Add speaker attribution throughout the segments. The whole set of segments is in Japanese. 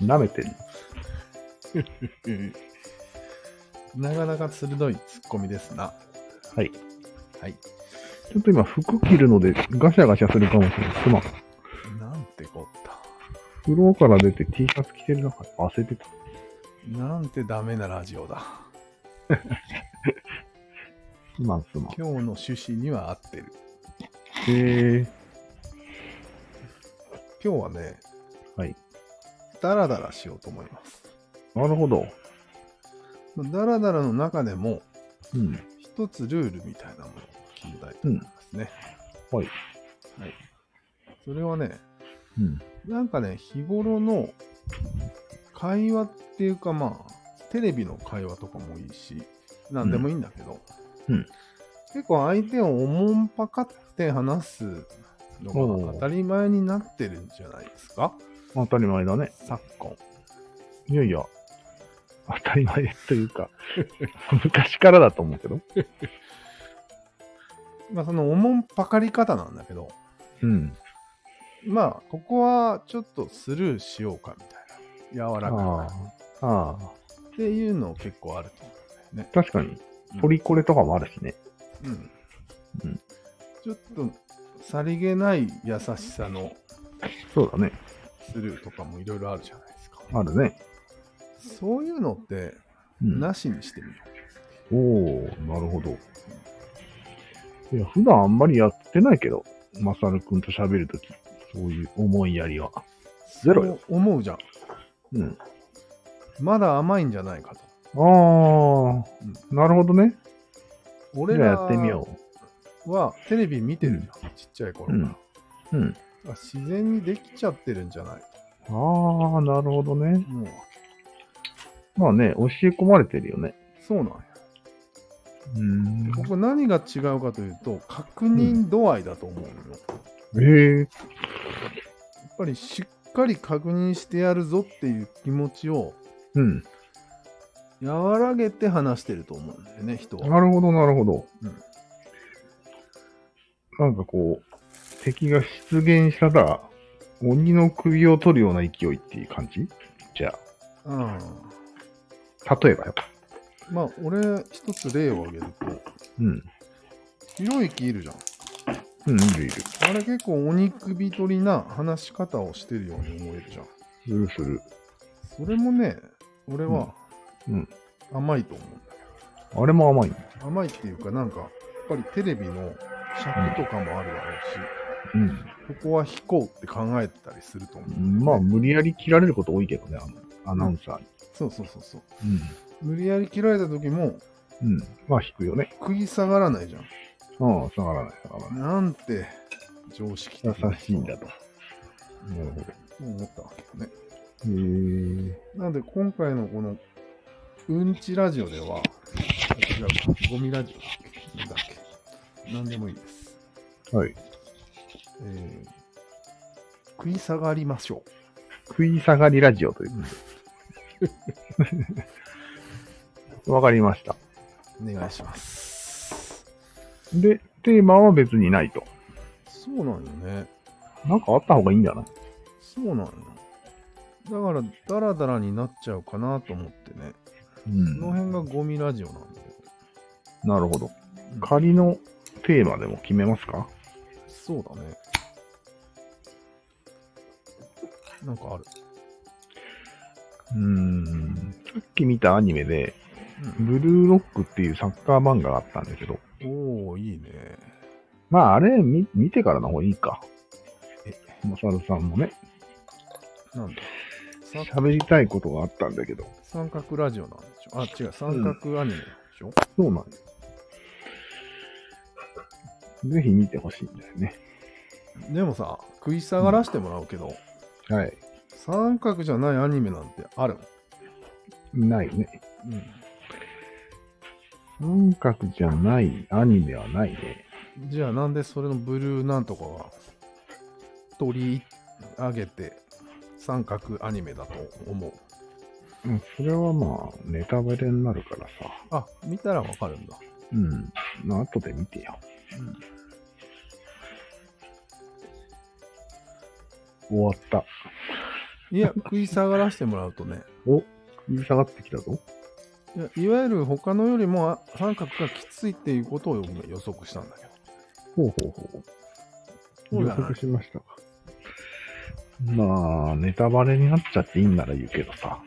Speaker 1: 舐めてる。
Speaker 2: うん。
Speaker 1: なかなか鋭いツッコミですな。
Speaker 2: はい。
Speaker 1: はい。
Speaker 2: ちょっと今、服着るので、ガシャガシャするかもしれない。すまん。
Speaker 1: なんてこった。
Speaker 2: 風呂から出て T シャツ着てる中で焦ってた。
Speaker 1: なんてダメなラジオだ。
Speaker 2: すまん、すまん。
Speaker 1: 今日の趣旨には合ってる。
Speaker 2: へえ。
Speaker 1: 今日はね、
Speaker 2: はい。
Speaker 1: ダラダラしようと思います。
Speaker 2: なるほど。
Speaker 1: ダラダラの中でも、
Speaker 2: うん。
Speaker 1: 一つルールみたいなものを決めたいと思いますね。
Speaker 2: うんはい。
Speaker 1: はい。それはね、
Speaker 2: うん。
Speaker 1: なんかね、日頃の会話っていうかまあ、テレビの会話とかもいいし、なんでもいいんだけど、
Speaker 2: うんうん
Speaker 1: 結構相手をおもんぱかって話すのが当たり前になってるんじゃないですか
Speaker 2: 当たり前だね。
Speaker 1: 昨今。
Speaker 2: いやいや、当たり前とい うか、昔からだと思うけど。
Speaker 1: まあそのおもんぱかり方なんだけど、
Speaker 2: うん。
Speaker 1: まあここはちょっとスルーしようかみたいな。柔らか
Speaker 2: あ。ああ。
Speaker 1: くっていうの結構あると思うんだよね。
Speaker 2: 確かに、ポリコレとかもあるしね。
Speaker 1: うん
Speaker 2: うん
Speaker 1: ちょっとさりげない優しさの
Speaker 2: そうだね。
Speaker 1: スルーとかもいろいろあるじゃないですか。
Speaker 2: あるね。
Speaker 1: そういうのって、
Speaker 2: うん、
Speaker 1: なしにしてみよ
Speaker 2: おおなるほど。いや、普段あんまりやってないけど、マサルくんと喋るとき、そういう思いやりは。
Speaker 1: う。
Speaker 2: ゼロよ
Speaker 1: そう思うじゃん。
Speaker 2: うん。
Speaker 1: まだ甘いんじゃないかと。
Speaker 2: ああ、なるほどね。じ
Speaker 1: 俺
Speaker 2: ゃあ
Speaker 1: ら
Speaker 2: やってみよ
Speaker 1: はテレビ見てるじゃん。ちっちゃい頃から。
Speaker 2: う。うん。
Speaker 1: あ自然にできちゃってるんじゃない
Speaker 2: ああ、なるほどね。
Speaker 1: もう、
Speaker 2: まあね、教え込まれてるよね。
Speaker 1: そうなんや。
Speaker 2: うーん
Speaker 1: 僕何が違うかというと、確認度合いだと思うのよ。やっ
Speaker 2: ええ
Speaker 1: ぱりしっかり確認してやるぞっていう気持ちを
Speaker 2: うん。
Speaker 1: 和らげて話してると思うんだよね、人は。
Speaker 2: なるほど、なるほど。
Speaker 1: うん
Speaker 2: なんかこう、敵が出現したら、鬼の首を取るような勢いっていう感じじゃ
Speaker 1: うん。
Speaker 2: あ、例えばよ。
Speaker 1: まあ、俺、一つ例を挙げると、
Speaker 2: うん。
Speaker 1: ひろゆきいるじゃん。
Speaker 2: うん、いるいる。
Speaker 1: あれ結構お肉びとりな話し方をしてるように思えるじゃん。
Speaker 2: するする。
Speaker 1: それもね、俺は
Speaker 2: うんうん
Speaker 1: 甘いと思うんだ
Speaker 2: あれも甘い。
Speaker 1: けど。甘いっていうか、なんか、やっぱりテレビの尺とかもあるだろうし、ここは引こうって考えてたりすると思う。
Speaker 2: うん。まあ、無理やり切られること多いけどね、あのアナウンサーに。
Speaker 1: そうそうそうそう。
Speaker 2: うん。
Speaker 1: 無理やり切られた時も
Speaker 2: うん。まあ、引くよね。
Speaker 1: 食い下がらないじゃん。
Speaker 2: うん、下がらない、下がらない。
Speaker 1: なんて常識的な
Speaker 2: 優しいんだと。なるほど。
Speaker 1: と思ったわけよね。
Speaker 2: へー
Speaker 1: なので今回のこのうんちラジオでは、あ違う、ゴミラジオだっけなんだっけなんでもいいです。
Speaker 2: はい。
Speaker 1: えー、食い下がりましょ
Speaker 2: 食い下がりラジオということで。わ かりました。
Speaker 1: う。お願いします。
Speaker 2: で、テーマは別にないと。
Speaker 1: そうなんよね。
Speaker 2: なんかあった方がいいんじゃない
Speaker 1: そうなんよ。だから、ダラダラになっちゃうかなと思ってね。
Speaker 2: う
Speaker 1: その
Speaker 2: ん。
Speaker 1: 辺がゴミラジオなんだけ
Speaker 2: なるほど。
Speaker 1: ど。うん
Speaker 2: 仮のテーマでも決めますか
Speaker 1: そうだね。なんかある。
Speaker 2: うーん。さっき見たアニメで、
Speaker 1: うん
Speaker 2: ブルーロックっていうサッカー漫画があったんだけど、
Speaker 1: おー、いいね。
Speaker 2: まああれ見見てからの方がいいか。
Speaker 1: え
Speaker 2: マサルさんもね、
Speaker 1: なんださ
Speaker 2: 喋りたいことがあったんだけど、
Speaker 1: 三角ラジオなんでしょあ、違う、三角アニメなんでしょ、
Speaker 2: そうなんです。ぜひ見てほしいんだよね。
Speaker 1: でもさ、食い下がらしてもらうけど、
Speaker 2: はい。
Speaker 1: 三角じゃないアニメなんてある
Speaker 2: ないよね。
Speaker 1: うん。
Speaker 2: 三角じゃないアニメはないね。
Speaker 1: じゃあなんでそれのブルーなんとかは取り上げて三角アニメだと思う
Speaker 2: うんそれはまあ、ネタバレになるからさ。
Speaker 1: あ、見たらわかるんだ。
Speaker 2: うん。まあ、後で見てよ。終わった。
Speaker 1: いや、食い下がらせてもらうと ね、
Speaker 2: 食い下がってきたぞ。
Speaker 1: いやいわゆる他のよりもあ三角がきついっていうことを僕は予測したんだけど。
Speaker 2: ほうほうほう。
Speaker 1: そう
Speaker 2: 予
Speaker 1: だな
Speaker 2: 測しましたか。まあ、ネタバレになっちゃっていいんなら言うけどさ。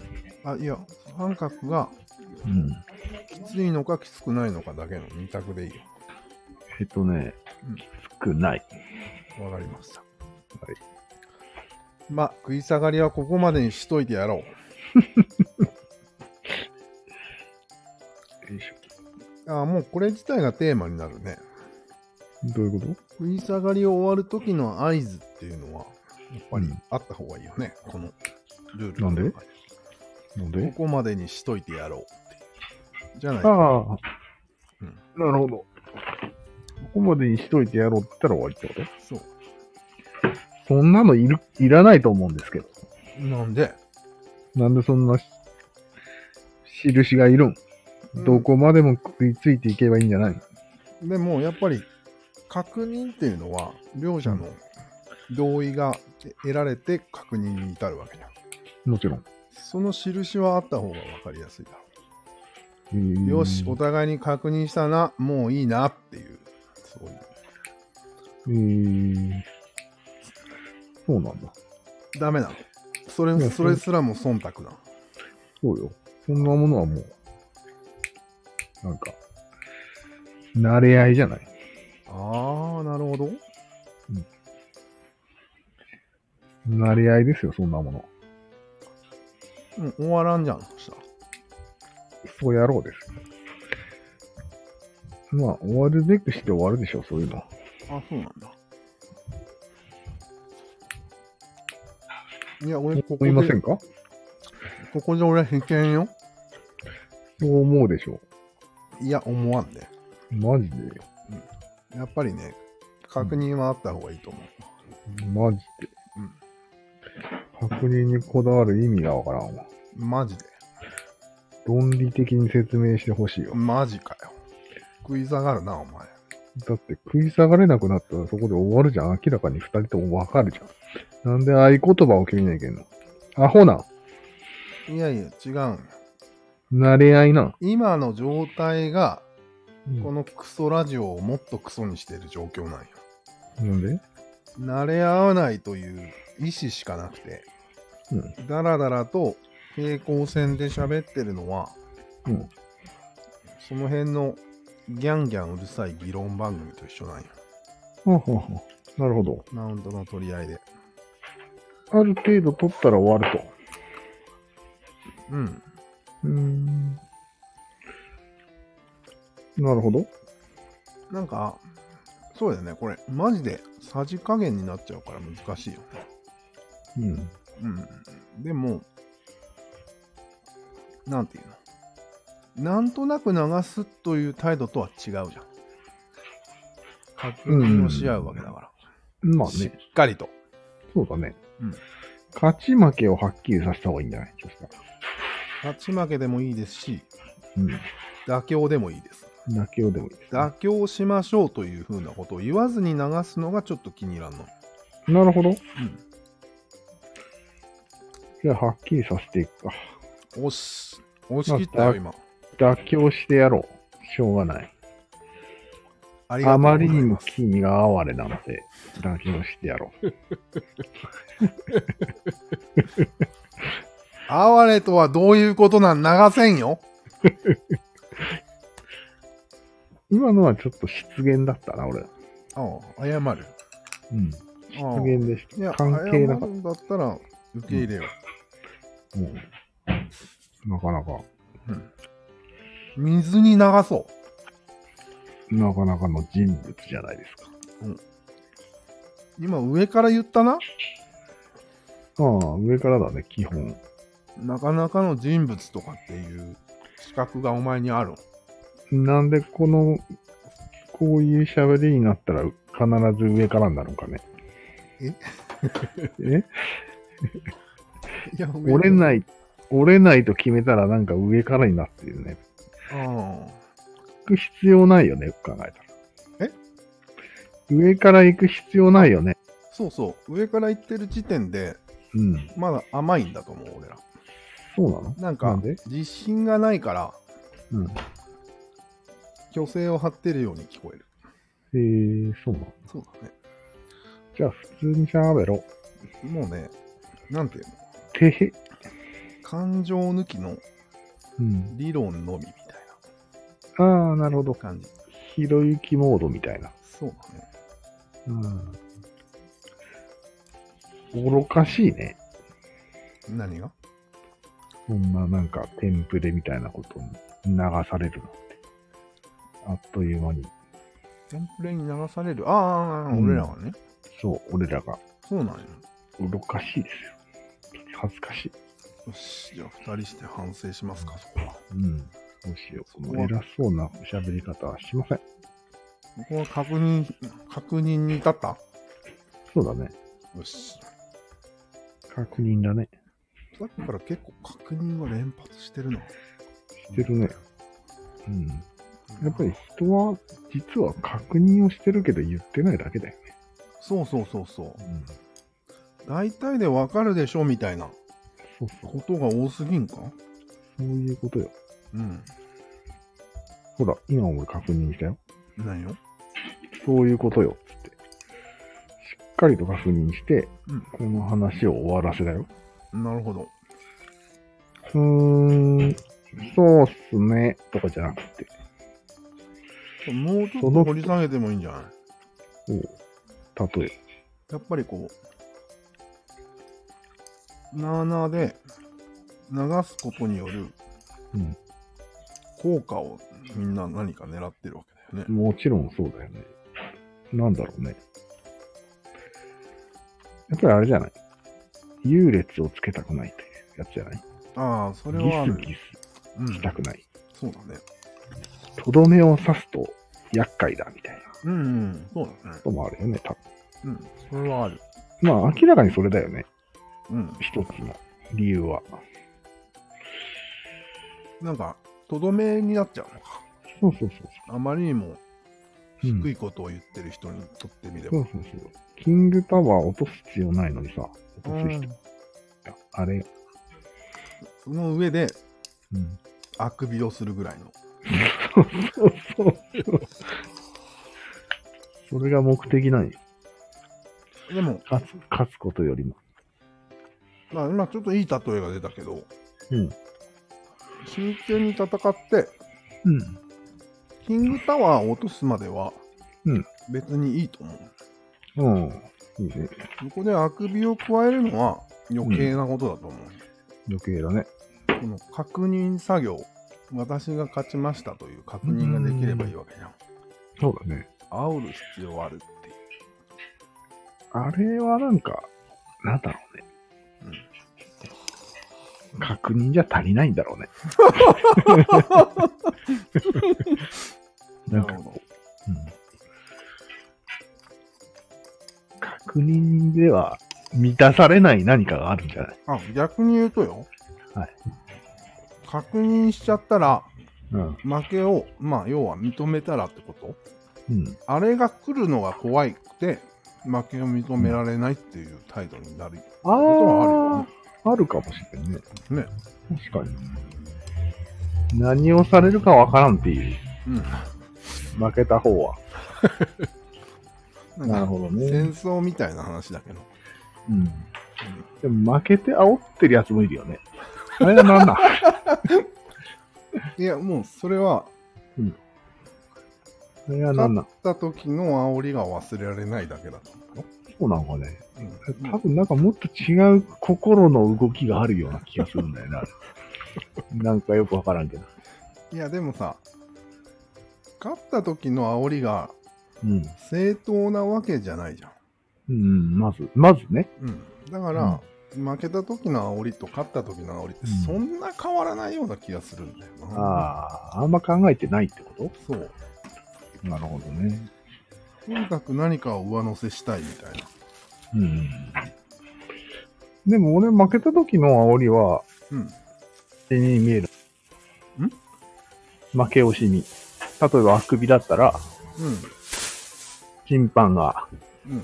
Speaker 1: あ、いや、三角が
Speaker 2: うん。
Speaker 1: きついのかきつくないのかだけの二択でいいよ。
Speaker 2: えっとね
Speaker 1: うん、
Speaker 2: 少ない。
Speaker 1: わかりました。
Speaker 2: はい。
Speaker 1: まあ、食い下がりはここまでにしといてやろ
Speaker 2: よいし
Speaker 1: う。あ、もうこれ自体がテーマになるね。
Speaker 2: ょどういうこと
Speaker 1: 食い下がりを終わる時の合図っていうのは、やっぱりあった方がいいよね。このルールの中
Speaker 2: な
Speaker 1: こ
Speaker 2: んでので
Speaker 1: こまでにしといてやろうっていう。じゃない
Speaker 2: あ
Speaker 1: と
Speaker 2: あ、
Speaker 1: うん
Speaker 2: なるほど。ここまでにしといてやろうって言ったら終わりってこ
Speaker 1: そ
Speaker 2: と
Speaker 1: う。
Speaker 2: そんなのいる、いらないと思うんですけど。
Speaker 1: なんで、
Speaker 2: なんでそんなし印がいるん、どこまでも食いついていけばいいんじゃないの
Speaker 1: でもやっぱり確認っていうのは両者の同意が得られて確認に至るわけじゃん。
Speaker 2: もちろん。
Speaker 1: その印はあった方が分かりやすいだろ
Speaker 2: うーん
Speaker 1: う。よし、お互いに確認したな、もういいなっていう、そういう。
Speaker 2: えー、そうなんだ。
Speaker 1: ダメなの。そ
Speaker 2: い
Speaker 1: れ
Speaker 2: や
Speaker 1: それすらも忖度なの。
Speaker 2: そうよ。そんなものはもう、なんか、慣れ合いじゃない。
Speaker 1: あー、なるほど。
Speaker 2: 慣れ合いですよ、そんなもの。
Speaker 1: うん、終わらんじゃん、そしたら。
Speaker 2: そうやろうです。まあ、終わるべくして終わるでしょう、そういうのは。
Speaker 1: あ、そうなんだ。いや、俺、ここ
Speaker 2: 思いませ
Speaker 1: で、
Speaker 2: んか
Speaker 1: ここで俺、偏見よ。
Speaker 2: そう思うでしょ
Speaker 1: いや、思わんね。
Speaker 2: う。マジで。
Speaker 1: やっぱりね、確認はあった方がいいと思う。
Speaker 2: マジで。確認にこだわる意味がわからんわ。
Speaker 1: マジで。
Speaker 2: 論理的に説明してほしいよ。
Speaker 1: マジかよ。食い下がるな、お前。
Speaker 2: だって食い下がれなくなったらそこで終わるじゃん。明らかに二人ともわかるじゃん。なんで合言葉を決めなきゃいけんのアホなん。
Speaker 1: いやいや、違うんよ
Speaker 2: 慣れ合いなん。
Speaker 1: 今の状態が、
Speaker 2: うん
Speaker 1: このクソラジオをもっとクソにしてる状況なんよ。
Speaker 2: なんで
Speaker 1: 慣れ合わないという意思しかなくて、
Speaker 2: うん。
Speaker 1: ダラダラと平行線で喋ってるのは、
Speaker 2: うん。
Speaker 1: その辺のギャンギャンうるさい議論番組と一緒なんよ。
Speaker 2: はははなるほど。
Speaker 1: マウントの取り合いで。
Speaker 2: ある程度取ったら終わると。
Speaker 1: うん。
Speaker 2: うーん。なるほど。
Speaker 1: なんか、そうだよね、これ、マジでさじ加減になっちゃうから難しいよね。
Speaker 2: う
Speaker 1: う
Speaker 2: ん。
Speaker 1: ん。でも、なんていうのなんとなく流すという態度とは違うじゃん。確認をし合うわけだから。
Speaker 2: まあ
Speaker 1: しっ
Speaker 2: ね。
Speaker 1: かりと。
Speaker 2: そうだね。
Speaker 1: うん
Speaker 2: 勝ち負けをはっきりさせた方がいいんじゃないそしたら。
Speaker 1: 勝ち負けでもいいですし、
Speaker 2: うん。
Speaker 1: 妥協でもいいです。
Speaker 2: 妥協でもいいです、
Speaker 1: 妥協しましょうというふうなことを言わずに流すのがちょっと気に入らんの。
Speaker 2: なるほど。
Speaker 1: う
Speaker 2: じゃあ、はっきりさせていくか。
Speaker 1: ん。押し、押し切ったよ、今。
Speaker 2: 妥協してやろう。しょうがない。
Speaker 1: ありがと
Speaker 2: あ
Speaker 1: うござ
Speaker 2: ま
Speaker 1: い
Speaker 2: りにも
Speaker 1: す
Speaker 2: 気が哀れなので、妥協してやろう。
Speaker 1: 哀れとはどういうことなん流せんよ。
Speaker 2: 今のはちょっと失言だったな、俺。
Speaker 1: ああ、謝る。
Speaker 2: うん。
Speaker 1: ああ
Speaker 2: 失言でし
Speaker 1: いや
Speaker 2: た。、関係な
Speaker 1: 謝
Speaker 2: か
Speaker 1: る
Speaker 2: っ
Speaker 1: んだったら受け入れよ
Speaker 2: た。うんなかなか、
Speaker 1: う。うん水に流そ
Speaker 2: なかなかの人物じゃないですか。
Speaker 1: う。今上から言ったな。
Speaker 2: ああ、上からだね、基本。
Speaker 1: なかなかの人物とかっていう資格がお前にある。
Speaker 2: なんでこの、こういう喋りになったら必ず上からになるのかね。
Speaker 1: え
Speaker 2: え
Speaker 1: いや、
Speaker 2: 折れない、折れないと決めたらなんか上からになってるね。
Speaker 1: あ
Speaker 2: 行く必要ないよね、よく考えたら。
Speaker 1: え
Speaker 2: 上から行く必要ないよね。
Speaker 1: あそうそう。上から言ってる時点で
Speaker 2: うん。
Speaker 1: まだ甘いんだと思う、俺ら。
Speaker 2: そうなの
Speaker 1: なん
Speaker 2: な
Speaker 1: か
Speaker 2: んで、
Speaker 1: 自信がないから、
Speaker 2: うん。
Speaker 1: 虚勢を張ってるように聞こえる。
Speaker 2: えー、そうなの
Speaker 1: そうだね。
Speaker 2: じゃあ、普通に喋ろう。
Speaker 1: もうね、なんていうの
Speaker 2: てへ。
Speaker 1: 感情抜きの
Speaker 2: うん。
Speaker 1: 理論のみみたい
Speaker 2: ああ、なるほど
Speaker 1: な。感じ。
Speaker 2: ひろゆきモードみたいな。
Speaker 1: そうだね。
Speaker 2: うん。愚かしいね。
Speaker 1: 何が
Speaker 2: そんななんかテンプレみたいなことに流されるなんて。あっという間に。
Speaker 1: テンプレに流される。ああ、
Speaker 2: うん
Speaker 1: 俺らはね。
Speaker 2: そう、俺らが
Speaker 1: そうなんや。
Speaker 2: 愚かしいですよ。恥ずかしい。
Speaker 1: よし、じゃあ二人して反省しますか、そこは。
Speaker 2: うん。どうしよう。こ
Speaker 1: そこは
Speaker 2: の偉そうな喋り方はしません。
Speaker 1: ここは確認、確認に至った
Speaker 2: そうだね。
Speaker 1: よし。
Speaker 2: 確認だね。
Speaker 1: さっきから結構確認は連発してるな。
Speaker 2: してるね。うん。やっぱり人は、実は確認をしてるけど言ってないだけだよね。
Speaker 1: そうそうそうそう
Speaker 2: う。ん。
Speaker 1: 大体でわかるでしょみたいな
Speaker 2: そうそう。
Speaker 1: ことが多すぎんか
Speaker 2: そういうことよ。
Speaker 1: うん。
Speaker 2: ほら、今俺確認したよ。
Speaker 1: なんよ。
Speaker 2: そういうことよ、つって。しっかりと確認して、
Speaker 1: うん
Speaker 2: この話を終わらせだよ。
Speaker 1: なるほど。
Speaker 2: うーん、そうっすね、とかじゃなくて。
Speaker 1: もうちょ
Speaker 2: そ
Speaker 1: っと
Speaker 2: の
Speaker 1: 掘り下げてもいいんじゃない
Speaker 2: おう例え。
Speaker 1: やっぱりこう、なあなあで流すことによる
Speaker 2: うん
Speaker 1: 効果をみんな何か狙ってるわけだよね。
Speaker 2: もちろんそうだよね。なんだろうね。やっぱりあれじゃない優劣をつけたくないというやつじゃない
Speaker 1: ああ、それはある
Speaker 2: ギス。ギ
Speaker 1: うん
Speaker 2: ス、したくない。
Speaker 1: そうだね。
Speaker 2: とどめを刺すと厄介だみたいなこ
Speaker 1: うん、うん、そうだね。
Speaker 2: ともあるよね、多分。
Speaker 1: うん、それはある。
Speaker 2: まあ明らかにそれだよね。
Speaker 1: うん。
Speaker 2: 一つの理由は。
Speaker 1: なんか、とどめになっちゃうのか。
Speaker 2: そうそうそう
Speaker 1: あまりにも
Speaker 2: そう。うん
Speaker 1: 低いことを言ってる人にとってみれ
Speaker 2: そ
Speaker 1: ば。
Speaker 2: うそうそう。キングタワー落とす必要ないのにさ、落と
Speaker 1: う
Speaker 2: す人。
Speaker 1: ん
Speaker 2: あれ、
Speaker 1: その上で、
Speaker 2: うん。
Speaker 1: あくびをするぐらいの。
Speaker 2: そうそうそう。それが目的なんよ。
Speaker 1: でも、
Speaker 2: 勝つ、勝つことよりも。
Speaker 1: まあ、今ちょっといい例えが出たけど、
Speaker 2: うん。
Speaker 1: 真剣に戦って、
Speaker 2: うん。
Speaker 1: キングタワーを落とすまでは
Speaker 2: うん、
Speaker 1: 別にいいと思う。
Speaker 2: うん。いいね。
Speaker 1: そこであくびを加えるのは余計なことだと思う。
Speaker 2: 余計だね。
Speaker 1: この確認作業、私が勝ちましたという確認ができればいいわけじゃん。
Speaker 2: そうだね。
Speaker 1: 煽る必要あるっていう。
Speaker 2: あれはなんか、なんだろうね。確認じゃ足りないんだろう ね。なんか
Speaker 1: ほど。
Speaker 2: 確認では満たされない何かがあるんじゃない
Speaker 1: あ、逆に言うとよ。
Speaker 2: はい
Speaker 1: 確認しちゃったら、
Speaker 2: うん。
Speaker 1: 負けを、まあ、要は認めたらってこと
Speaker 2: うん。
Speaker 1: あれが来るのが怖くて、負けを認められないっていう態度になる
Speaker 2: あ
Speaker 1: ことはあるよね。
Speaker 2: あ、あるかもしれんね。
Speaker 1: ね。
Speaker 2: 確かに。何をされるかわからんっていう。負けた方は。
Speaker 1: うん。なんか
Speaker 2: ほど
Speaker 1: 戦。争みたいな話だけど。
Speaker 2: うん。でも負けて煽ってるやつもいるよね。あれはなん だ
Speaker 1: いや、もうそれは、
Speaker 2: あれはなん
Speaker 1: 勝
Speaker 2: だ
Speaker 1: った時の煽りが忘れられないだけだと思うよ。
Speaker 2: そうなんかね。
Speaker 1: うん
Speaker 2: 多分なんかもっと違う心の動きがあるような気がするんだよね。あれなんかよくわからんけど。
Speaker 1: いや、でもさ、勝った時の煽りが
Speaker 2: うん。
Speaker 1: 正当なわけじゃないじゃん。
Speaker 2: うん、まず、まずね。
Speaker 1: うん、だから、負けた時の煽りと勝った時の煽りって
Speaker 2: うん
Speaker 1: そんな変わらないような気がするんだよな。
Speaker 2: ああ、あんま考えてないってこ
Speaker 1: そう。
Speaker 2: となるほどね。
Speaker 1: とにかく何かを上乗せしたいみたいな。
Speaker 2: うん。でも俺負けた時の煽りは、
Speaker 1: うん。
Speaker 2: 手に見える。負け惜しみ。例えばあくびだったら、審判が
Speaker 1: うん。うん。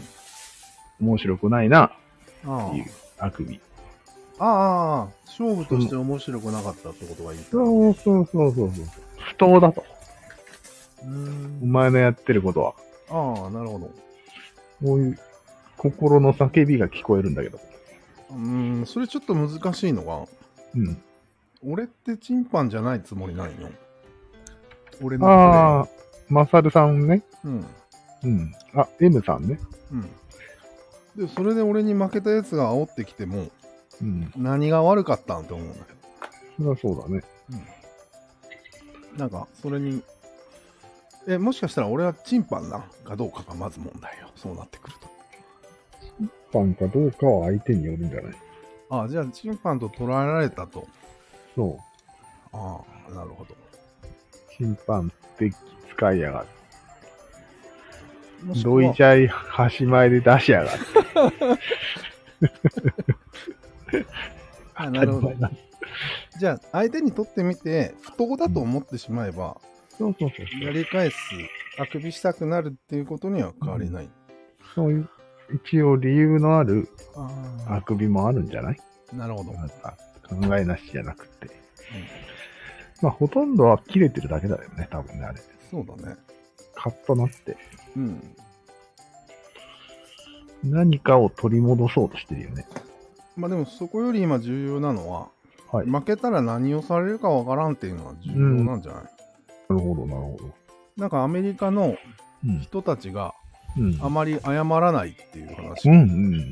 Speaker 2: 面白くないな
Speaker 1: あ
Speaker 2: っていう。あくび。
Speaker 1: ああ、勝負として面白くなかったってことがいい。う
Speaker 2: そうそうそうそうそう。不当だと。
Speaker 1: ー
Speaker 2: お
Speaker 1: ん。
Speaker 2: 前のやってることは。
Speaker 1: ああ、なるほど。
Speaker 2: こういう心の叫びが聞こえるんだけど。
Speaker 1: うーん、それちょっと難しいのが、
Speaker 2: うん。
Speaker 1: 俺ってチンパンじゃないつもりないの俺の
Speaker 2: ああ、マサルさんね。
Speaker 1: これ。うん。
Speaker 2: うん。あ、M さんね。
Speaker 1: うん。で、それで俺に負けたやつが煽ってきても、
Speaker 2: うん。
Speaker 1: 何が悪かったんって思うんだけど。
Speaker 2: そりゃそうだね。
Speaker 1: なんか、それに、え、もしかしたら俺はチンパンなかどうかがまず問題よ。そうなってくると。
Speaker 2: パンかどうかは相手によるんじゃない
Speaker 1: ああ、じゃあチンパンと捉えられたと。
Speaker 2: そう。
Speaker 1: ああ、なるほど。
Speaker 2: 審判って使いやがる。
Speaker 1: もしくは
Speaker 2: どいちゃい端前で出しやがる。
Speaker 1: あなるほ
Speaker 2: 当
Speaker 1: ど
Speaker 2: たり前だ。
Speaker 1: じゃあ、相手にとってみて、不当だと思ってしまえば、
Speaker 2: そうそうそう
Speaker 1: やり返す、あくびしたくなるっていうことには変わりない。
Speaker 2: そう。そういう、一応理由のあるあ
Speaker 1: あ
Speaker 2: くびもあるんじゃない
Speaker 1: あ、なるほど。
Speaker 2: なんか考えなしじゃなくて。まあ、ほとんどは切れてるだけだよね、多分ね、あれ。
Speaker 1: そうだね。
Speaker 2: カッとなって、
Speaker 1: うん。
Speaker 2: 何かを取り戻そうとしてるよね。
Speaker 1: まあでも、そこより今重要なのは、
Speaker 2: はい。な
Speaker 1: 負けたら何をされるかわからんっていうのは重要なんじゃない、
Speaker 2: るほど、なるほど。
Speaker 1: なんかアメリカの
Speaker 2: うん。
Speaker 1: 人たちが
Speaker 2: うん。
Speaker 1: あまり謝らないっていう話
Speaker 2: う
Speaker 1: を
Speaker 2: ん、うん。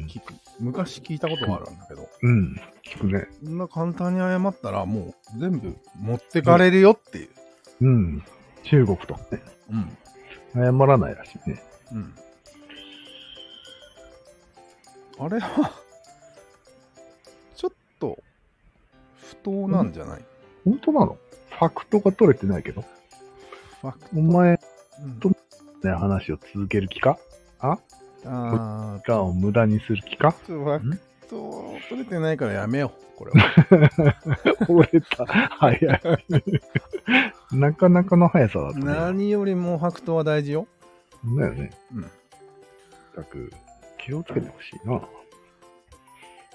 Speaker 1: 聞く。昔聞いたことがあるんだけど、
Speaker 2: うん。聞くね。
Speaker 1: そんな簡単に謝ったらもう全部持ってかれるよっていう。
Speaker 2: うん。中国とかね。
Speaker 1: うん。
Speaker 2: 謝らないらしいね。
Speaker 1: うん。あれは、ちょっと、不当なんじゃない、
Speaker 2: 本当なのファクトが取れてないけど。
Speaker 1: ファク
Speaker 2: お前
Speaker 1: うん
Speaker 2: との話を続ける気か
Speaker 1: あー
Speaker 2: 時間を無駄にする気か
Speaker 1: ちょっとファクト取れてないからやめよう、これは。
Speaker 2: 折れた。早い。なかなかの速さだったね。
Speaker 1: 何よりもファクトは大事よ。
Speaker 2: そうだよね。
Speaker 1: うん。
Speaker 2: 全く気をつけてほしいな。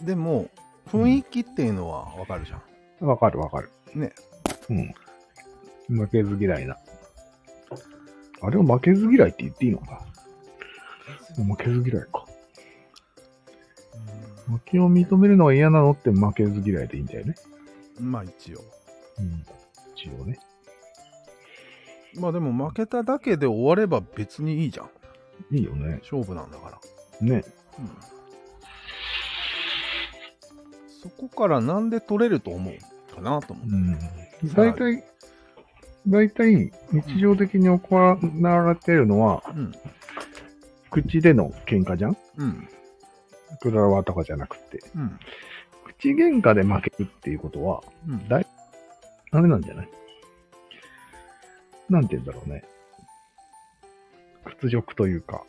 Speaker 1: でも、雰囲気っていうのはわかるじゃん。
Speaker 2: わかるわかる。
Speaker 1: ね。
Speaker 2: うん。負けず嫌いな。あれを負けず嫌いって言っていいのかな負けず嫌いか。負けを認めるのが嫌なのって負けず嫌いでいいんだよね。
Speaker 1: うんまあ一応。
Speaker 2: うん。一応ね。
Speaker 1: まあでも負けただけで終われば別にいいじゃん。
Speaker 2: いいよね。
Speaker 1: 勝負なんだから。
Speaker 2: ね。
Speaker 1: そこからなんで取れると思うかなと思って。
Speaker 2: うん。大体、大体日常的に行われてるのは、
Speaker 1: うん。
Speaker 2: 口での喧嘩じゃん
Speaker 1: うん。
Speaker 2: クラワとかじゃなくて。
Speaker 1: うん。
Speaker 2: 口喧嘩で負けるっていうことは、
Speaker 1: うん。
Speaker 2: だい、あれなんじゃないなんて言うんだろうね。屈辱というか、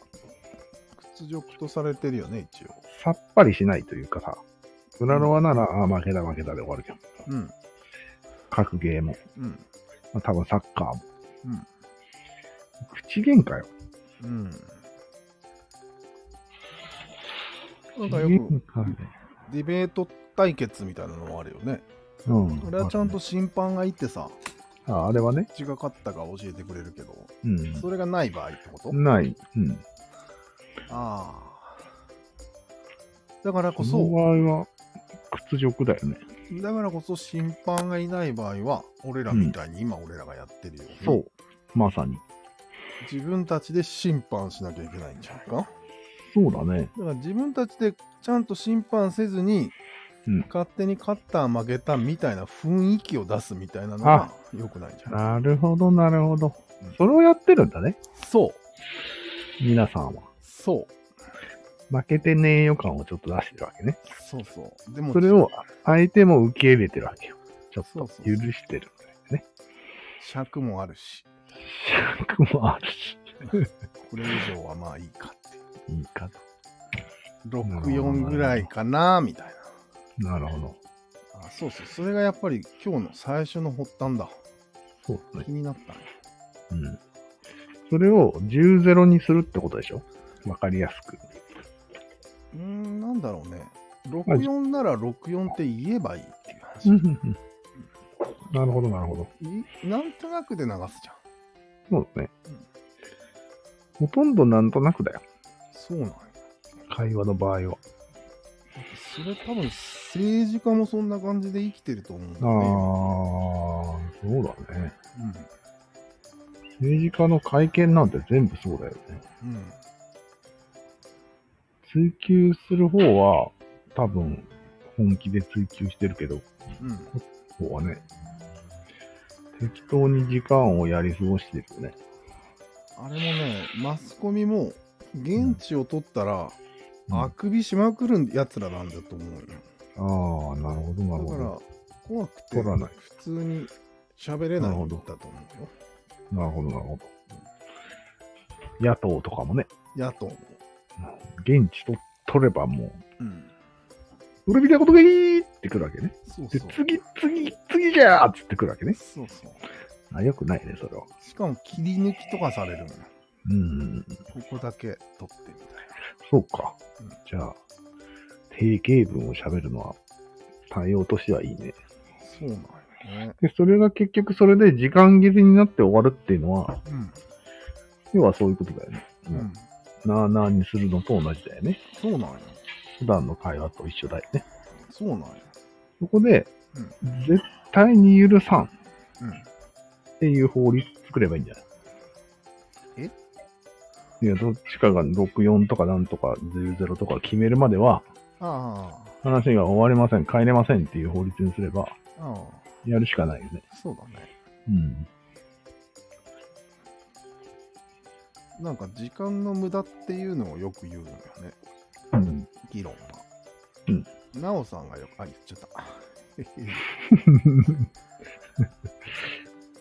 Speaker 1: 屈辱とされてるよね、一応。
Speaker 2: さっぱりしないというかさ、クラロワなら、あー負けだ負けだで終わるじゃん。
Speaker 1: うん。
Speaker 2: 格ゲーも、
Speaker 1: うん。
Speaker 2: まあ、多分サッカーも。
Speaker 1: うん
Speaker 2: 口喧嘩よ。
Speaker 1: うん。なんか
Speaker 2: 口
Speaker 1: よ
Speaker 2: 喧
Speaker 1: く
Speaker 2: 嘩ね
Speaker 1: ディベート対決みたいなのもあるよね。
Speaker 2: うん。
Speaker 1: あれはちゃんと審判がいてさ、
Speaker 2: あ、あれはね。
Speaker 1: 違かったか教えてくれるけど、
Speaker 2: うん。
Speaker 1: それがない場合ってこと、
Speaker 2: ない。うん。
Speaker 1: ああ。だからこ
Speaker 2: その
Speaker 1: そ、
Speaker 2: 場合は、屈辱だよね。
Speaker 1: だからこそ審判がいない場合は、俺らみたいに今俺らがやってるように、
Speaker 2: そう。まさに。
Speaker 1: 自分たちで審判しなきゃいけないんじゃないかだか
Speaker 2: そうだね。
Speaker 1: ら自分たちでちゃんと審判せずに、
Speaker 2: うん
Speaker 1: 勝手に勝った負けたみたいな雰囲気を出すみたいなのが良くないんじゃない
Speaker 2: なるほど、なるほど。それをやってるんだね。
Speaker 1: そう、
Speaker 2: 皆さんは。
Speaker 1: そう、
Speaker 2: 負けてねえよ感をちょっと出してるわけね。
Speaker 1: そうそう。でも
Speaker 2: それを相手も受け入れてるわけよ。ちょっ
Speaker 1: そう
Speaker 2: と
Speaker 1: そうそ
Speaker 2: 許
Speaker 1: う
Speaker 2: してるんだよね。
Speaker 1: 尺もあるし、
Speaker 2: 尺もあるし。
Speaker 1: これ以上はまあいいかっていう。
Speaker 2: いいかと。なるほど
Speaker 1: 64ぐらいかなみたい
Speaker 2: なるほど。
Speaker 1: な。あそうそう、それがやっぱり今日の最初の発端だ。
Speaker 2: そうだね
Speaker 1: 気。になったね。
Speaker 2: うん。それを10-0にするってことでしょわかりやすく。
Speaker 1: うーん、なんだろうね。 64なら64って言えばいいっていう話。
Speaker 2: うんうんうん なるほど、なるほど。
Speaker 1: いなんとなくで流すじゃん。
Speaker 2: そうですね。ほとんどなんとなくだよ。
Speaker 1: そうなんや。
Speaker 2: 会話の場合は。
Speaker 1: それ多分政治家もそんな感じで生きてると思うんだ
Speaker 2: あ
Speaker 1: よね。
Speaker 2: あ、そうだね。
Speaker 1: うん
Speaker 2: 政治家の会見なんて全部そうだよね。
Speaker 1: うん、
Speaker 2: 追求する方は、多分、本気で追求してるけど、
Speaker 1: うん、
Speaker 2: ここはね、適当に時間をやり過ごしてるよね。
Speaker 1: あれもねマスコミも現地を取ったら、
Speaker 2: うん
Speaker 1: あくびしまくるやつらなんだと思うよ
Speaker 2: ああ、なるほど、なる
Speaker 1: だ
Speaker 2: ほ
Speaker 1: から
Speaker 2: ど。
Speaker 1: 怖くて
Speaker 2: 取らない
Speaker 1: 普通に喋れないんだと思うよ
Speaker 2: なるほど、なるほど。野党とかもね、
Speaker 1: 野党も、
Speaker 2: 現地と取ればも
Speaker 1: うん、
Speaker 2: う、俺みたいなことがいいってくるわけね。
Speaker 1: そう
Speaker 2: で、
Speaker 1: そう
Speaker 2: 次、次、次じゃーっつってくるわけね。
Speaker 1: そうそう
Speaker 2: あ、よくないね、それは。
Speaker 1: しかも切り抜きとかされるのよ
Speaker 2: うん、
Speaker 1: ここだけ取ってみたい
Speaker 2: そうか
Speaker 1: うん。
Speaker 2: じゃあ、定型文を喋るのは、対応としてはいい
Speaker 1: な
Speaker 2: ね。
Speaker 1: そうなんよね
Speaker 2: で、それが結局それで時間切れになって終わるっていうのは、要はそういうことだよね。
Speaker 1: うん、うん、
Speaker 2: なあなあにするのと同じだよね。
Speaker 1: そうなんよ
Speaker 2: 普段の会話と一緒だよね。
Speaker 1: そうなんよ
Speaker 2: そこで、絶対に許さんっ
Speaker 1: うん
Speaker 2: ていう法律作ればいいんじゃない
Speaker 1: え
Speaker 2: いや、どっちかが64とかなんとか00とか決めるまでは、
Speaker 1: ああ
Speaker 2: 話が終わりません、帰れませんっていう法律にすれば、
Speaker 1: あ
Speaker 2: やるしかないよね。
Speaker 1: あそうだね
Speaker 2: うん。
Speaker 1: なんか時間の無駄っていうのをよく言うのよね
Speaker 2: うん、
Speaker 1: 議論は。
Speaker 2: うん
Speaker 1: なおさんがよく、あ、言っち ゃった。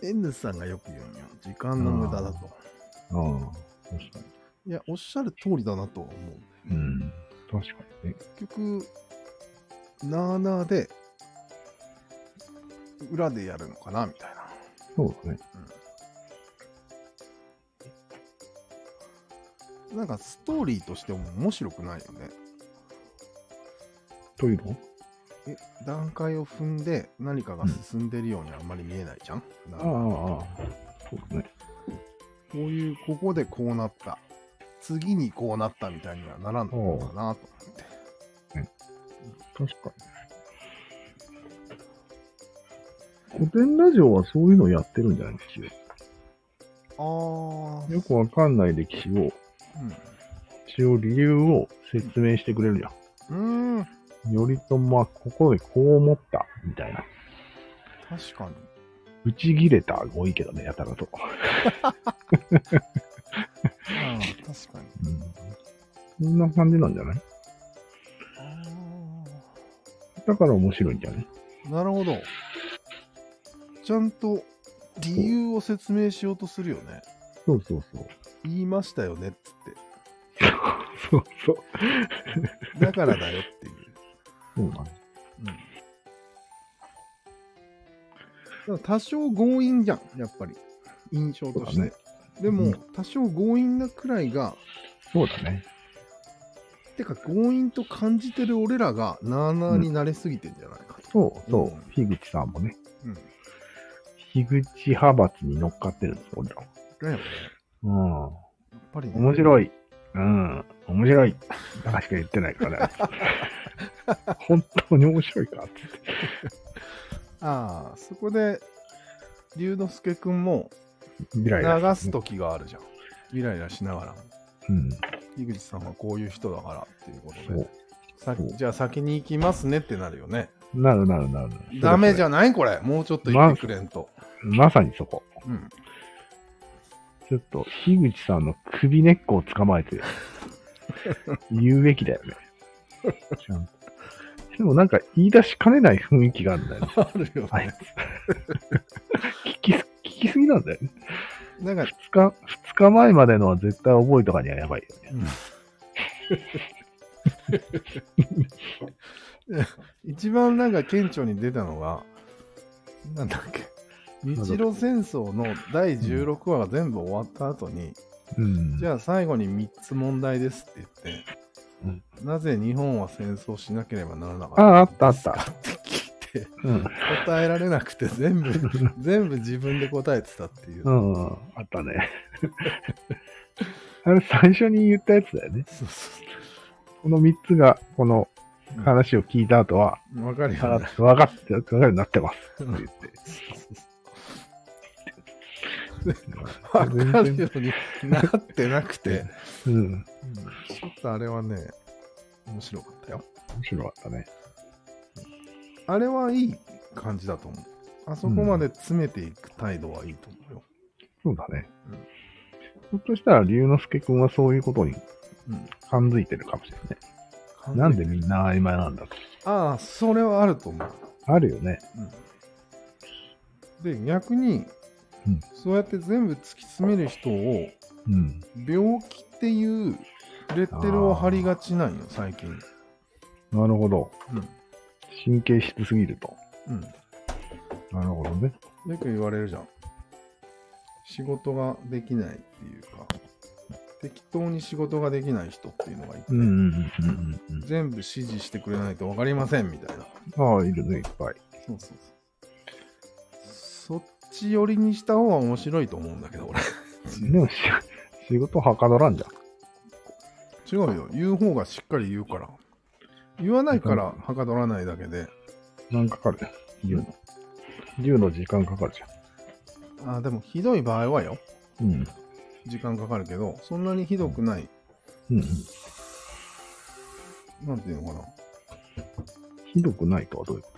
Speaker 1: N さんがよく言うんよ。時間の無駄だと。
Speaker 2: ああ、確か
Speaker 1: いや、おっしゃる通りだなとは思う。
Speaker 2: に。うん。確かにね。
Speaker 1: 結局、なあなあで、裏でやるのかな、みたいな。
Speaker 2: そうだね。
Speaker 1: なんかストーリーとしても面白くないよね。
Speaker 2: というの
Speaker 1: え、段階を踏んで何かが進んでるようにあんまり見えないじゃん、なあなあ
Speaker 2: ああ、そうだね。
Speaker 1: こういう、ここでこうなった。次にこうなったみたいにはならんのかなと思って。
Speaker 2: 確かに。古典ラジオはそういうのをやってるんじゃないんですよ。
Speaker 1: あー、
Speaker 2: よくわかんない歴史を、一応理由を説明してくれるじゃ
Speaker 1: う
Speaker 2: ん。
Speaker 1: ん。うーん、
Speaker 2: 頼朝はここでこう思った、みたいな。
Speaker 1: 確かに。
Speaker 2: 打ち切れたが多いけどね、やたらと。
Speaker 1: あー確かに。
Speaker 2: うん。そんな感じなんじゃない
Speaker 1: あ
Speaker 2: だから面白いんじゃない
Speaker 1: ーなるほど。ちゃんと理由を説明しようとするよね。
Speaker 2: そうそうそう。
Speaker 1: 言いましたよねっつっ
Speaker 2: そうそう。
Speaker 1: て。だからだよっていう。
Speaker 2: そうなの。
Speaker 1: うんだから多少強引じゃん、やっぱり。印象として。
Speaker 2: そうだね
Speaker 1: でも、
Speaker 2: うん
Speaker 1: 多少強引なくらいが、
Speaker 2: そうだね。
Speaker 1: てか強引と感じてる俺らがなあなあになれすぎてんじゃないかと。
Speaker 2: そうそう。
Speaker 1: うん
Speaker 2: 樋口さんもね。
Speaker 1: うん。
Speaker 2: 樋口派閥に乗っかってるんです、俺らは。
Speaker 1: だよね。
Speaker 2: うん。
Speaker 1: やっぱりね。
Speaker 2: 面
Speaker 1: い。
Speaker 2: 白い。うん。面白い。だからしか言ってないから ね。本当に面白いかって。
Speaker 1: ああ、そこで、龍之介くんも
Speaker 2: 未来
Speaker 1: 流
Speaker 2: だ
Speaker 1: す。時があるじゃん。イライラしながらも。
Speaker 2: うん。
Speaker 1: 井口さんはこういう人だからっていうこと
Speaker 2: そ
Speaker 1: で
Speaker 2: う。。
Speaker 1: さ
Speaker 2: そう
Speaker 1: じゃあ先に行きますねってなるよね。
Speaker 2: なるなるなるなる。
Speaker 1: ダメじゃ
Speaker 2: ん。
Speaker 1: ないこれ。もうちょっと言ってくれんと。
Speaker 2: まさにそこ。
Speaker 1: うん。
Speaker 2: ちょっと、樋口さんの首根っこを捕ま えて、言うべきだよね。ちゃんと。でもなんか言い出しかねない雰囲気があるんだよね。
Speaker 1: あるよね。
Speaker 2: あいつ。 聞きす、聞きすぎなんだよね。
Speaker 1: なんか、
Speaker 2: 二日、二日前までのは絶対覚えとかにはやばいよね。
Speaker 1: 一番なんか顕著に出たのが、なんだっけ、日露戦争の第16話が全部終わった後に、
Speaker 2: うん。
Speaker 1: じゃあ最後に3つ問題ですって言って、
Speaker 2: うん
Speaker 1: なぜ日本は戦争しなければならなかった
Speaker 2: ああ、あ
Speaker 1: の
Speaker 2: ったあっ
Speaker 1: か
Speaker 2: た。
Speaker 1: って聞いて、
Speaker 2: うん。
Speaker 1: 答えられなくて、全 部、全部自分で答えてたっていう。
Speaker 2: うん。あったね。 あれ、最初に言ったやつだよね。
Speaker 1: そうそ
Speaker 2: この3つが、この
Speaker 1: うん
Speaker 2: 話を聞いた後は、
Speaker 1: うわかるよ
Speaker 2: わ
Speaker 1: ね。
Speaker 2: かって、わかるようになってます。って言って。
Speaker 1: わかるようになってなくて、
Speaker 2: うん。
Speaker 1: ちょっとあれはね、面白かったよ。
Speaker 2: 面白かったね。
Speaker 1: あれはいい感じだと思う。あそこまで詰めていく態度はいいと思うよ。
Speaker 2: そうだね
Speaker 1: うん。
Speaker 2: ひょっとしたら、龍之介くんはそういうことに
Speaker 1: うん
Speaker 2: 感づいてるかもしれないね。なんでみんな曖昧なんだと。
Speaker 1: ああ、それはあると思う。
Speaker 2: あるよね。
Speaker 1: うんで、逆に、
Speaker 2: うん
Speaker 1: そうやって全部突き詰める人を、
Speaker 2: うん。
Speaker 1: 病気っていうレッテルを貼りがちなんよ、最近。
Speaker 2: なるほど。
Speaker 1: うん。
Speaker 2: 神経質すぎると。
Speaker 1: うん。
Speaker 2: なるほどね。
Speaker 1: よく言われるじゃん。仕事ができないっていうか、適当に仕事ができない人っていうのがいて、
Speaker 2: うんうんうんうん
Speaker 1: 全部指示してくれないと分かりませんみたいな。
Speaker 2: うん。ああ、いるね、いっぱい。
Speaker 1: そうそうそう。そっち寄りにした方が面白いと思うんだけど、俺。
Speaker 2: でもし、仕事はかどらんじゃん。
Speaker 1: 違うよ。言う方がしっかり言うから。言わないからはかどらないだけで。
Speaker 2: なんかかるじゃん。10の。10の時間かかるじ
Speaker 1: あでもひどい場合はよ。
Speaker 2: ゃん。うん。
Speaker 1: 時間かかるけど、そんなにひどくない。
Speaker 2: うんうん。
Speaker 1: なんていうのかな。
Speaker 2: ひどくないとはどういうこ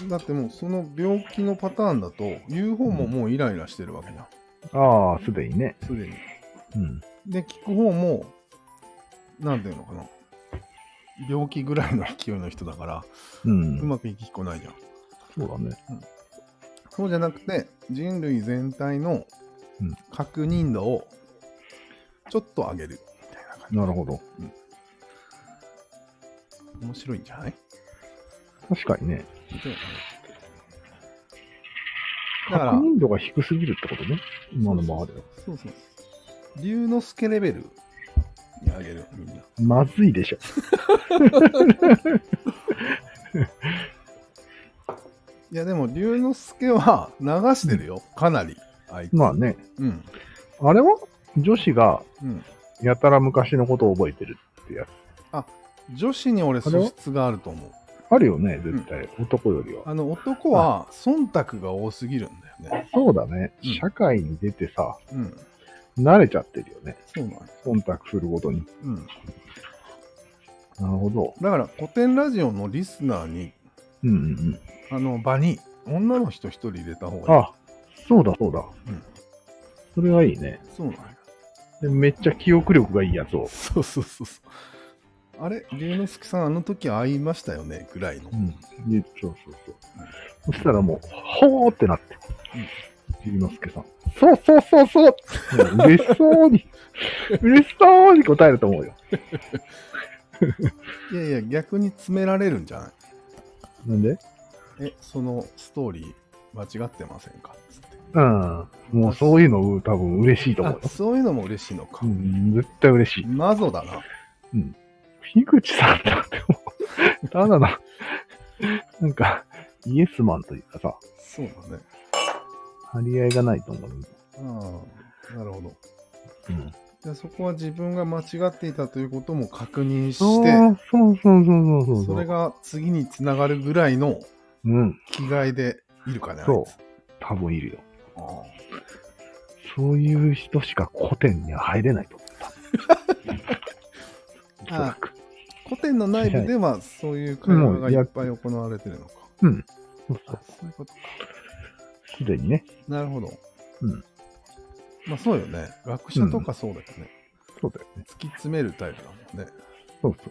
Speaker 2: と
Speaker 1: だってもうその病気のパターンだと、言う方ももうイライラしてるわけじゃん。
Speaker 2: ああ、すでにね。
Speaker 1: すでに。
Speaker 2: うん。
Speaker 1: で、聞く方も、なんていうのかな。病気ぐらいの勢いの人だから、
Speaker 2: うん。
Speaker 1: うまくいきっこないじゃん。
Speaker 2: そうだね。
Speaker 1: そうじゃなくて、人類全体の
Speaker 2: うん
Speaker 1: 確認度をちょっと上げるみたいな感
Speaker 2: なるほど。
Speaker 1: じ。面白いんじゃない
Speaker 2: 確かにね。
Speaker 1: だから
Speaker 2: 確、認度が低すぎるってことね。今のもあるよ。
Speaker 1: そうそうそう。龍之介レベルに上げる、みんな。
Speaker 2: まずいでしょ。
Speaker 1: いや、でも龍之介は流してるよ、かなり。あいつ
Speaker 2: まあね。
Speaker 1: うん。
Speaker 2: あれは女子が
Speaker 1: うん。
Speaker 2: やたら昔のことを覚えてるってやつ。
Speaker 1: 女子に俺素質があると思う。
Speaker 2: あるよね、絶対。男よりは。
Speaker 1: あの、男は忖度が多すぎるんだよね。
Speaker 2: そうだね
Speaker 1: うん。
Speaker 2: 社会に出てさ、
Speaker 1: うん。
Speaker 2: 慣れちゃってるよね。
Speaker 1: そうなんよ
Speaker 2: 忖度することに。
Speaker 1: うん。
Speaker 2: なるほど。
Speaker 1: だから、古典ラジオのリスナーに、
Speaker 2: うんうんうん。
Speaker 1: あの、場に、女の人一人入れた方がいい。
Speaker 2: あ、そうだそうだ。
Speaker 1: うん
Speaker 2: それはいいね。
Speaker 1: そうなんよ
Speaker 2: でめっちゃ記憶力がいいやつを。
Speaker 1: そうそうそうそう。あれ龍之介さん、あの時会いましたよねぐらいの
Speaker 2: う。ん。ねそうそうそう。そしたらもう、ほーってなって。龍之介さん。そうそうそうそうもう嬉しそうに、嬉しそうに答えると思うよ。
Speaker 1: いやいや、逆に詰められるんじゃない
Speaker 2: なんで
Speaker 1: え、そのストーリー間違ってませんかつって。
Speaker 2: うん。もうそういうの多分嬉しいと思う
Speaker 1: あ
Speaker 2: よ、。
Speaker 1: そういうのも嬉しいのか
Speaker 2: う。ん、絶対嬉しい。
Speaker 1: 謎だな。
Speaker 2: 樋口さんだってもう、ただの、なんか、イエスマンというかさ、
Speaker 1: そうだね。
Speaker 2: 張り合いがないと思う。
Speaker 1: ああ、なるほど。
Speaker 2: うん、
Speaker 1: じゃあそこは自分が間違っていたということも確認
Speaker 2: そ
Speaker 1: し
Speaker 2: う
Speaker 1: て、
Speaker 2: そうそうそうそうそう。
Speaker 1: それが次につながるぐらいの
Speaker 2: うん、
Speaker 1: 気概でいるかね、あいつ
Speaker 2: そう。多分いるよ。
Speaker 1: ああ
Speaker 2: そういう人しか古典には入れないと思った。おそ らく。
Speaker 1: 古典の内部ではそういう会話がいっぱい行われてるのか。
Speaker 2: そうそ
Speaker 1: あ
Speaker 2: う
Speaker 1: そういうことか。
Speaker 2: すでにね。
Speaker 1: なるほど。
Speaker 2: うん。
Speaker 1: まあそうよね。学者とかそうだよね。
Speaker 2: そうだよね。
Speaker 1: 突き詰めるタイプだもんね。
Speaker 2: そうそ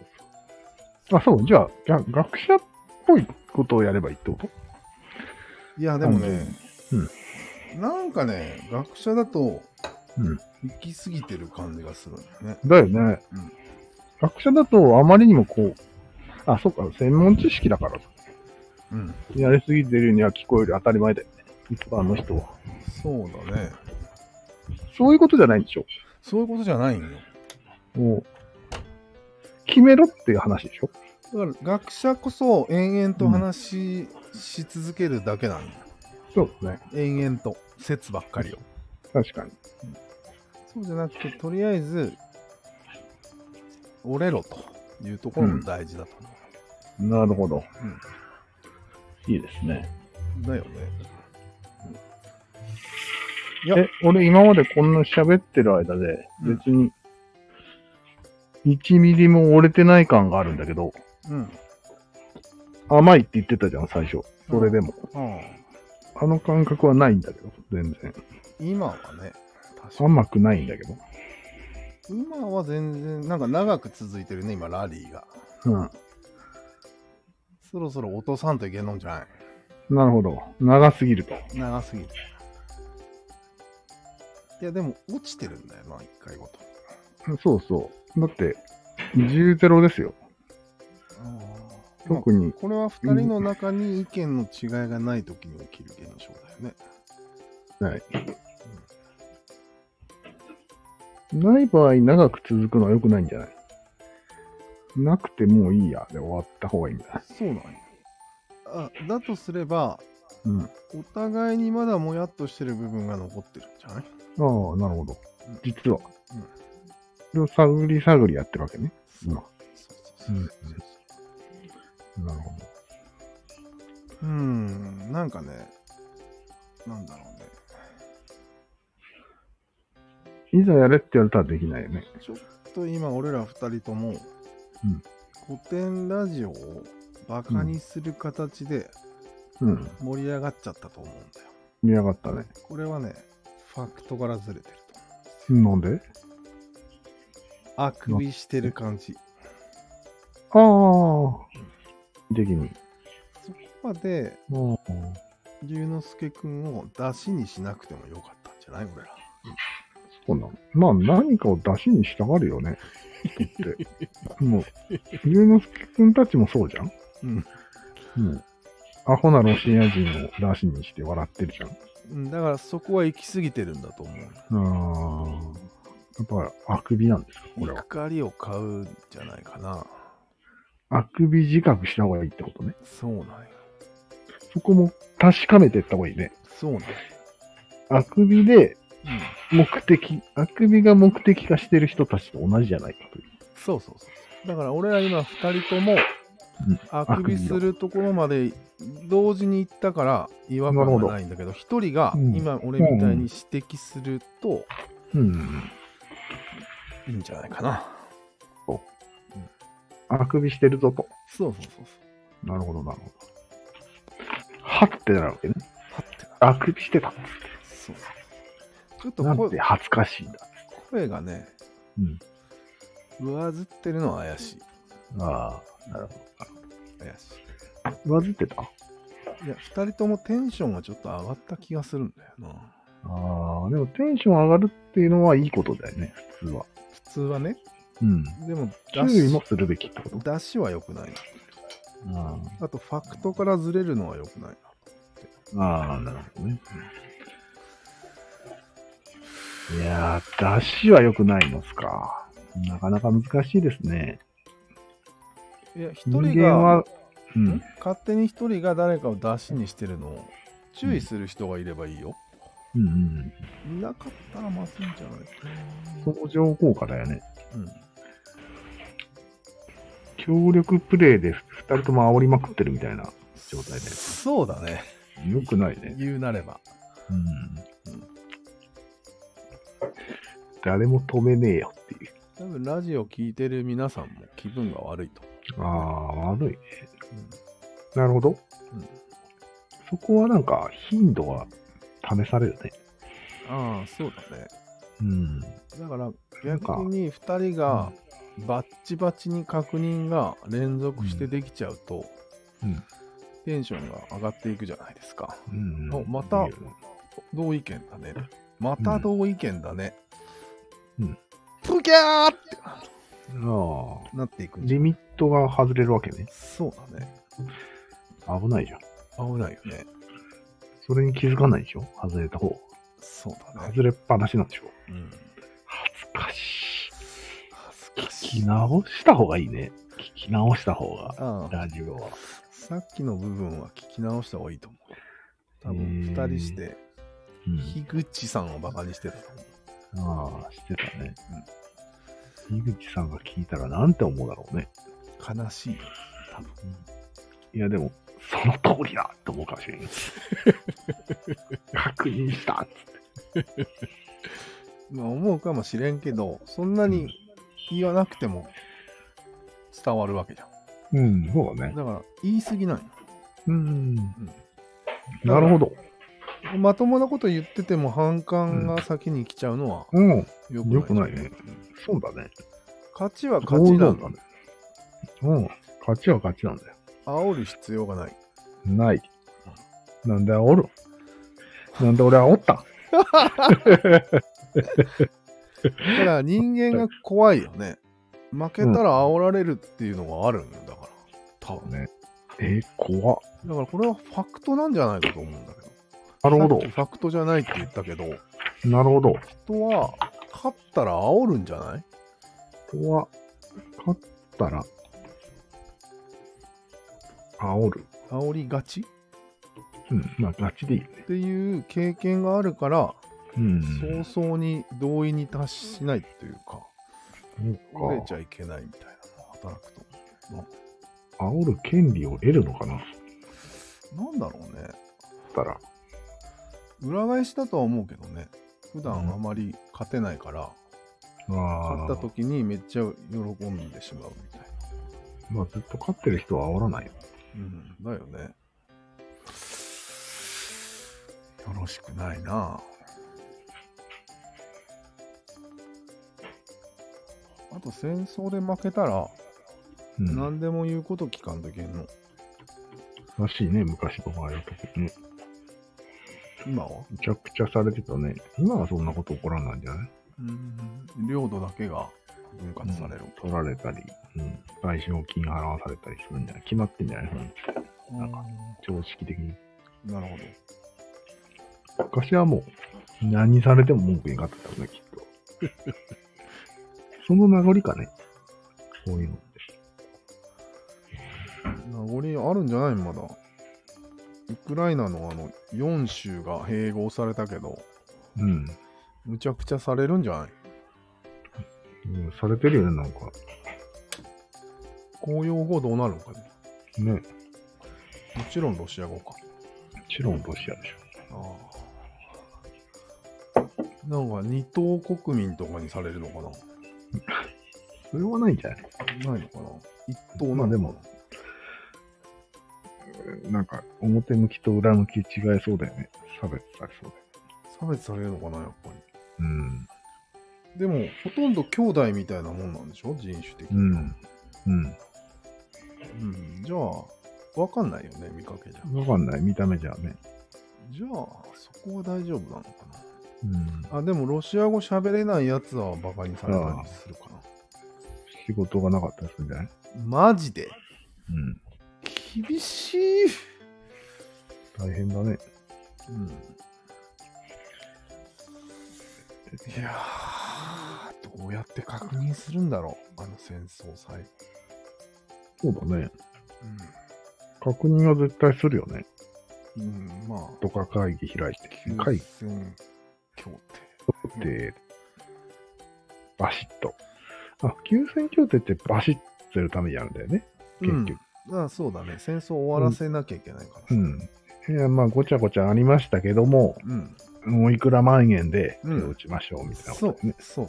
Speaker 2: うそう。あ、そう。じゃあ、が学者っぽいことをやればいいってこと
Speaker 1: いや、でもね、
Speaker 2: うん
Speaker 1: なんかね、学者だと
Speaker 2: うん。
Speaker 1: 行き過ぎてる感じがするんだよね。
Speaker 2: だよね。
Speaker 1: うん
Speaker 2: 学者だとあまりにもこう、あ、そうか、専門知識だから、
Speaker 1: うん。
Speaker 2: やりすぎてるには聞こえる当たり前だよね。一般の人は。
Speaker 1: そうだね。
Speaker 2: そういうことじゃないんでしょ
Speaker 1: そういうことじゃないんよ。
Speaker 2: も決めろっていう話でしょ
Speaker 1: だから学者こそ延々と話し続けるだけなんよ
Speaker 2: そうですね。
Speaker 1: 延々と説ばっかりを
Speaker 2: 確かに。
Speaker 1: そうじゃなくてとりあえず折れろというところも大事だと思
Speaker 2: なるほど。いいですね。
Speaker 1: う、だよねいや
Speaker 2: え、俺今までこんな喋ってる間で、
Speaker 1: うん
Speaker 2: 別に、1ミリも折れてない感があるんだけど、
Speaker 1: うん
Speaker 2: 甘いって言ってたじゃん、最初。それでも。
Speaker 1: ああ
Speaker 2: あの感覚はないんだけど、全然。
Speaker 1: 今はね確かに
Speaker 2: 甘くないんだけど。
Speaker 1: 今は全然なんか長く続いてるね今ラリーが
Speaker 2: う
Speaker 1: そろそろ落とさんといけんのんじゃない
Speaker 2: ん。なるほど。長すぎると。
Speaker 1: 長すぎるいやでも落ちてるんだよな一回ごと
Speaker 2: そうそう。だって、10-0ですよ。特に
Speaker 1: まあこれは2人の中に意見の違いがない時に起きる現象だよね
Speaker 2: はい。ない場合、長く続くのは良くないんじゃないなくてもういいや。で終わった方がいいんだ。
Speaker 1: そうなんやあだとすれば
Speaker 2: うん。あ
Speaker 1: お互いにまだもやっとしてる部分が残ってるんじゃない
Speaker 2: あ、なるほど
Speaker 1: うん。
Speaker 2: 実は。
Speaker 1: うん
Speaker 2: それを探り探りやってるわけね。
Speaker 1: そう
Speaker 2: うん
Speaker 1: そうそうそうそう
Speaker 2: なるほど。
Speaker 1: うーん、なんかね、なんだろうね。
Speaker 2: いざやれって言われたらできないよね。
Speaker 1: ちょっと今、俺ら二人とも、古典ラジオをバカにする形で
Speaker 2: うん。
Speaker 1: 盛り上がっちゃったと思うんだよ。
Speaker 2: 見上がったね。
Speaker 1: これはね、ファクトからずれてると
Speaker 2: なんで
Speaker 1: 思う。あくびしてる感じ。
Speaker 2: ああ。的に。
Speaker 1: そこまで、
Speaker 2: ああ。
Speaker 1: 龍之介くんを出しにしなくてもよかったんじゃない俺ら。
Speaker 2: そうなの。まあ何かを出しにしたがるよね。人って。 もう、龍之介くんたちもそうじゃん
Speaker 1: うん。
Speaker 2: もう、アホなロシア人を出しにして笑ってるじゃん。
Speaker 1: うんだからそこは行き過ぎてるんだと思う。
Speaker 2: ああ。やっぱあくびなんですかこれは。
Speaker 1: 怒りを買うんじゃないかな。
Speaker 2: あくび自覚した方がいいってことね。
Speaker 1: そうなんや。
Speaker 2: そこも確かめていった方がいいね。
Speaker 1: そうなんや。
Speaker 2: あくびで
Speaker 1: うん
Speaker 2: 目的、あくびが目的化してる人たちと同じじゃないかという。
Speaker 1: そうそうそう。だから俺ら今2人とも
Speaker 2: うん、
Speaker 1: あくびするところまで同時に行ったから違和
Speaker 2: なる
Speaker 1: 感
Speaker 2: ほど
Speaker 1: がないんだけど、一人が
Speaker 2: うん
Speaker 1: 今俺みたいに指摘すると
Speaker 2: うん。
Speaker 1: いいんじゃないかな。
Speaker 2: あくびしてるぞと。
Speaker 1: そうそうそうそう。
Speaker 2: なるほど、なるほど。はってなるわけね。
Speaker 1: はってな。
Speaker 2: あくびしてた。
Speaker 1: そうそうちょっと
Speaker 2: なんて
Speaker 1: 声
Speaker 2: 恥ずかしいんだ。
Speaker 1: 声がね、
Speaker 2: うん
Speaker 1: 上ずってるのは怪しい。
Speaker 2: ああ、なるほ
Speaker 1: 怪し
Speaker 2: ど。わずってたあ
Speaker 1: い。いや、2人ともテンションがちょっと上がった気がするんだよな。
Speaker 2: あ、でもテンション上がるっていうのはいいことだよね、普通は。
Speaker 1: 普通はね、
Speaker 2: うん。
Speaker 1: でも出
Speaker 2: 注意
Speaker 1: し
Speaker 2: もするべきってこと
Speaker 1: 出しは良くないな。
Speaker 2: あ
Speaker 1: あとファクトからずれるのは良くないな。
Speaker 2: あああ、なるほどね。いやー、出汁は良くないのっすか。なかなか難しいですね。
Speaker 1: いや、一
Speaker 2: 人
Speaker 1: 人
Speaker 2: 間
Speaker 1: が
Speaker 2: は、、うん。
Speaker 1: 勝手に一人が誰かを出しにしてるのを注意する人がいればいいよ。
Speaker 2: うんうん。
Speaker 1: いなかったらまずいんじゃないかな。
Speaker 2: 相乗効果だよね。
Speaker 1: うん。
Speaker 2: 協力プレイで二人とも煽りまくってるみたいな状態で。
Speaker 1: そうだね。
Speaker 2: 良くないね。
Speaker 1: 言うなれば。
Speaker 2: うん
Speaker 1: うん
Speaker 2: 誰も止めねえよっていう。
Speaker 1: 多分ラジオ聞いてる皆さんも気分が悪いと。
Speaker 2: ああ、悪いね。
Speaker 1: うん
Speaker 2: なるほど。
Speaker 1: うん
Speaker 2: そこはなんか頻度が試されるね。
Speaker 1: ああ、そうだね。
Speaker 2: うん。
Speaker 1: だから逆に二人がバッチバチに確認が連続してできちゃうと、
Speaker 2: うん
Speaker 1: テンションが上がっていくじゃないですか。
Speaker 2: うん
Speaker 1: おまた
Speaker 2: いいよね
Speaker 1: 同意見だね。また同意見だね。
Speaker 2: うん。
Speaker 1: プキャーって
Speaker 2: ああ。
Speaker 1: なっていくんじゃ
Speaker 2: リミットが外れるわけね。
Speaker 1: そうだね。
Speaker 2: 危ないじゃん。
Speaker 1: 危ないよね。
Speaker 2: それに気づかないでしょ外れた方。
Speaker 1: そうだね。
Speaker 2: 外れっぱなしなんでしょ
Speaker 1: うん。
Speaker 2: 恥ずかしい。
Speaker 1: 恥ずかしい。
Speaker 2: き直した方がいいね。聞き直した方が、
Speaker 1: ああ
Speaker 2: ラジオは。
Speaker 1: さっきの部分は聞き直した方がいいと思う。多
Speaker 2: へ
Speaker 1: 分
Speaker 2: え
Speaker 1: 2人して、
Speaker 2: うん。
Speaker 1: 樋口さんをバカにしてたと思う。
Speaker 2: ああ、してたね。井口さんが聞いたらなんて思うだろうね。
Speaker 1: 悲しいよ、多分。
Speaker 2: いや、でも、その通りだと思うかもしれ ない。確認したっつって
Speaker 1: まあ思うかもしれんけど、そんなに言わなくても伝わるわけじゃん。
Speaker 2: うん、そうだね。
Speaker 1: だから言い過ぎない
Speaker 2: うん。
Speaker 1: の。
Speaker 2: なるほど。
Speaker 1: うん、まともなこと言ってても反感が先に来ちゃうのは
Speaker 2: うん。
Speaker 1: 良
Speaker 2: よ
Speaker 1: く
Speaker 2: く
Speaker 1: な,、
Speaker 2: ないいね。そうだね。
Speaker 1: 勝ちは勝ち
Speaker 2: そう
Speaker 1: な
Speaker 2: だ
Speaker 1: んだ。
Speaker 2: ね。うん。勝ちは勝ちなんだよ。
Speaker 1: 煽る必要がない。
Speaker 2: ない。なんでおるなんで俺はおった
Speaker 1: だから人間が怖いよね。負けたら煽られるっていうのがあるんだから。多分。
Speaker 2: ね。えー、怖っ
Speaker 1: だからこれはファクトなんじゃないかと思うんだけど。
Speaker 2: なるほど
Speaker 1: さっき。ファクトじゃないって言ったけど、
Speaker 2: なるほど。
Speaker 1: 人は勝ったら煽るんじゃない
Speaker 2: 人は、勝ったら、煽る。
Speaker 1: 煽りがち
Speaker 2: うん。まあ、ガチでいいよね
Speaker 1: っ。ていう経験があるから、
Speaker 2: うん。
Speaker 1: 早々に同意に達しないっていうか、折れ
Speaker 2: そう
Speaker 1: ち
Speaker 2: か。
Speaker 1: ゃいけないみたいなのが働くと思う
Speaker 2: 煽る権利を得るのかなだっ
Speaker 1: けど。なんだろうね。
Speaker 2: たら。
Speaker 1: 裏返しだとは思うけどね。普
Speaker 2: うん
Speaker 1: 段あまり勝てないから、
Speaker 2: あ
Speaker 1: 勝った時にめっちゃ喜んでしまうみたいな。
Speaker 2: まあ、ずっと勝ってる人は煽らないよ。
Speaker 1: うん、だよね。よろしくないなあと戦争で負けたら、
Speaker 2: うん。
Speaker 1: 何でも言うこと聞かんといけんの。
Speaker 2: らしいね、昔とかやった時ね。
Speaker 1: 今は
Speaker 2: むちゃくちゃされてたね。今はそんなこと起こらないんじゃない
Speaker 1: うん領土だけが分割される。
Speaker 2: 取られたり、うん、賠償金払わされたりするんじゃない決まってんじゃない、うんん
Speaker 1: なんか
Speaker 2: 常識的に。
Speaker 1: なるほど。
Speaker 2: 昔はもう、何されても文句に勝ってたよね、きっと。その名残かね。こういうのって。
Speaker 1: 名残あるんじゃないまだ。ウクライナのあの4州が併合されたけど、
Speaker 2: うん。
Speaker 1: むちゃくちゃされるんじゃない
Speaker 2: うんされてるよね、なんか。
Speaker 1: 公用語どうなるのかね。
Speaker 2: ね。も
Speaker 1: もちろんロシア語か。
Speaker 2: ちろんロシアでし
Speaker 1: ああ。なんか二等国民とかにされるのか
Speaker 2: ょ。それはないんじゃない
Speaker 1: なないのかな一等な
Speaker 2: まあで
Speaker 1: の
Speaker 2: も
Speaker 1: か
Speaker 2: なんか、表向きと裏向き違いそうだよね。差別されそうだよね。
Speaker 1: な差別されるのかなやっぱり。
Speaker 2: うん。
Speaker 1: でも、ほとんど兄弟みたいなもんなんでしょ人種的に。
Speaker 2: うん。う
Speaker 1: うんじゃあ、わかんないよね、見かけじゃ。
Speaker 2: ん。わかんない。見た目じゃね。
Speaker 1: じゃあ、そこは大丈夫なのか
Speaker 2: うん。
Speaker 1: な。あ、でも、ロシア語喋れないやつはバカにされたりするかな。
Speaker 2: 仕事がなかったりするんじゃない
Speaker 1: マジで
Speaker 2: うん。
Speaker 1: 厳しい、
Speaker 2: 大変だね。
Speaker 1: うん、いやー、どうやって確認するんだろう、あの戦争最後。
Speaker 2: そうだね。確認は絶対するよね。
Speaker 1: うん、うん、まあ、
Speaker 2: とか会議開いて。
Speaker 1: 休
Speaker 2: 会議
Speaker 1: 戦協定。
Speaker 2: で、バシッと。あ、休戦協定ってバシッとやるためにやるんだよね。結局。
Speaker 1: うん、あそうだね、戦争終わらせなきゃいけないから。
Speaker 2: うん。いや、まあ、ごちゃごちゃありましたけども、
Speaker 1: うん
Speaker 2: もういくら万円で手
Speaker 1: うん
Speaker 2: を打ちましょうみたいな
Speaker 1: そう
Speaker 2: ね。
Speaker 1: そう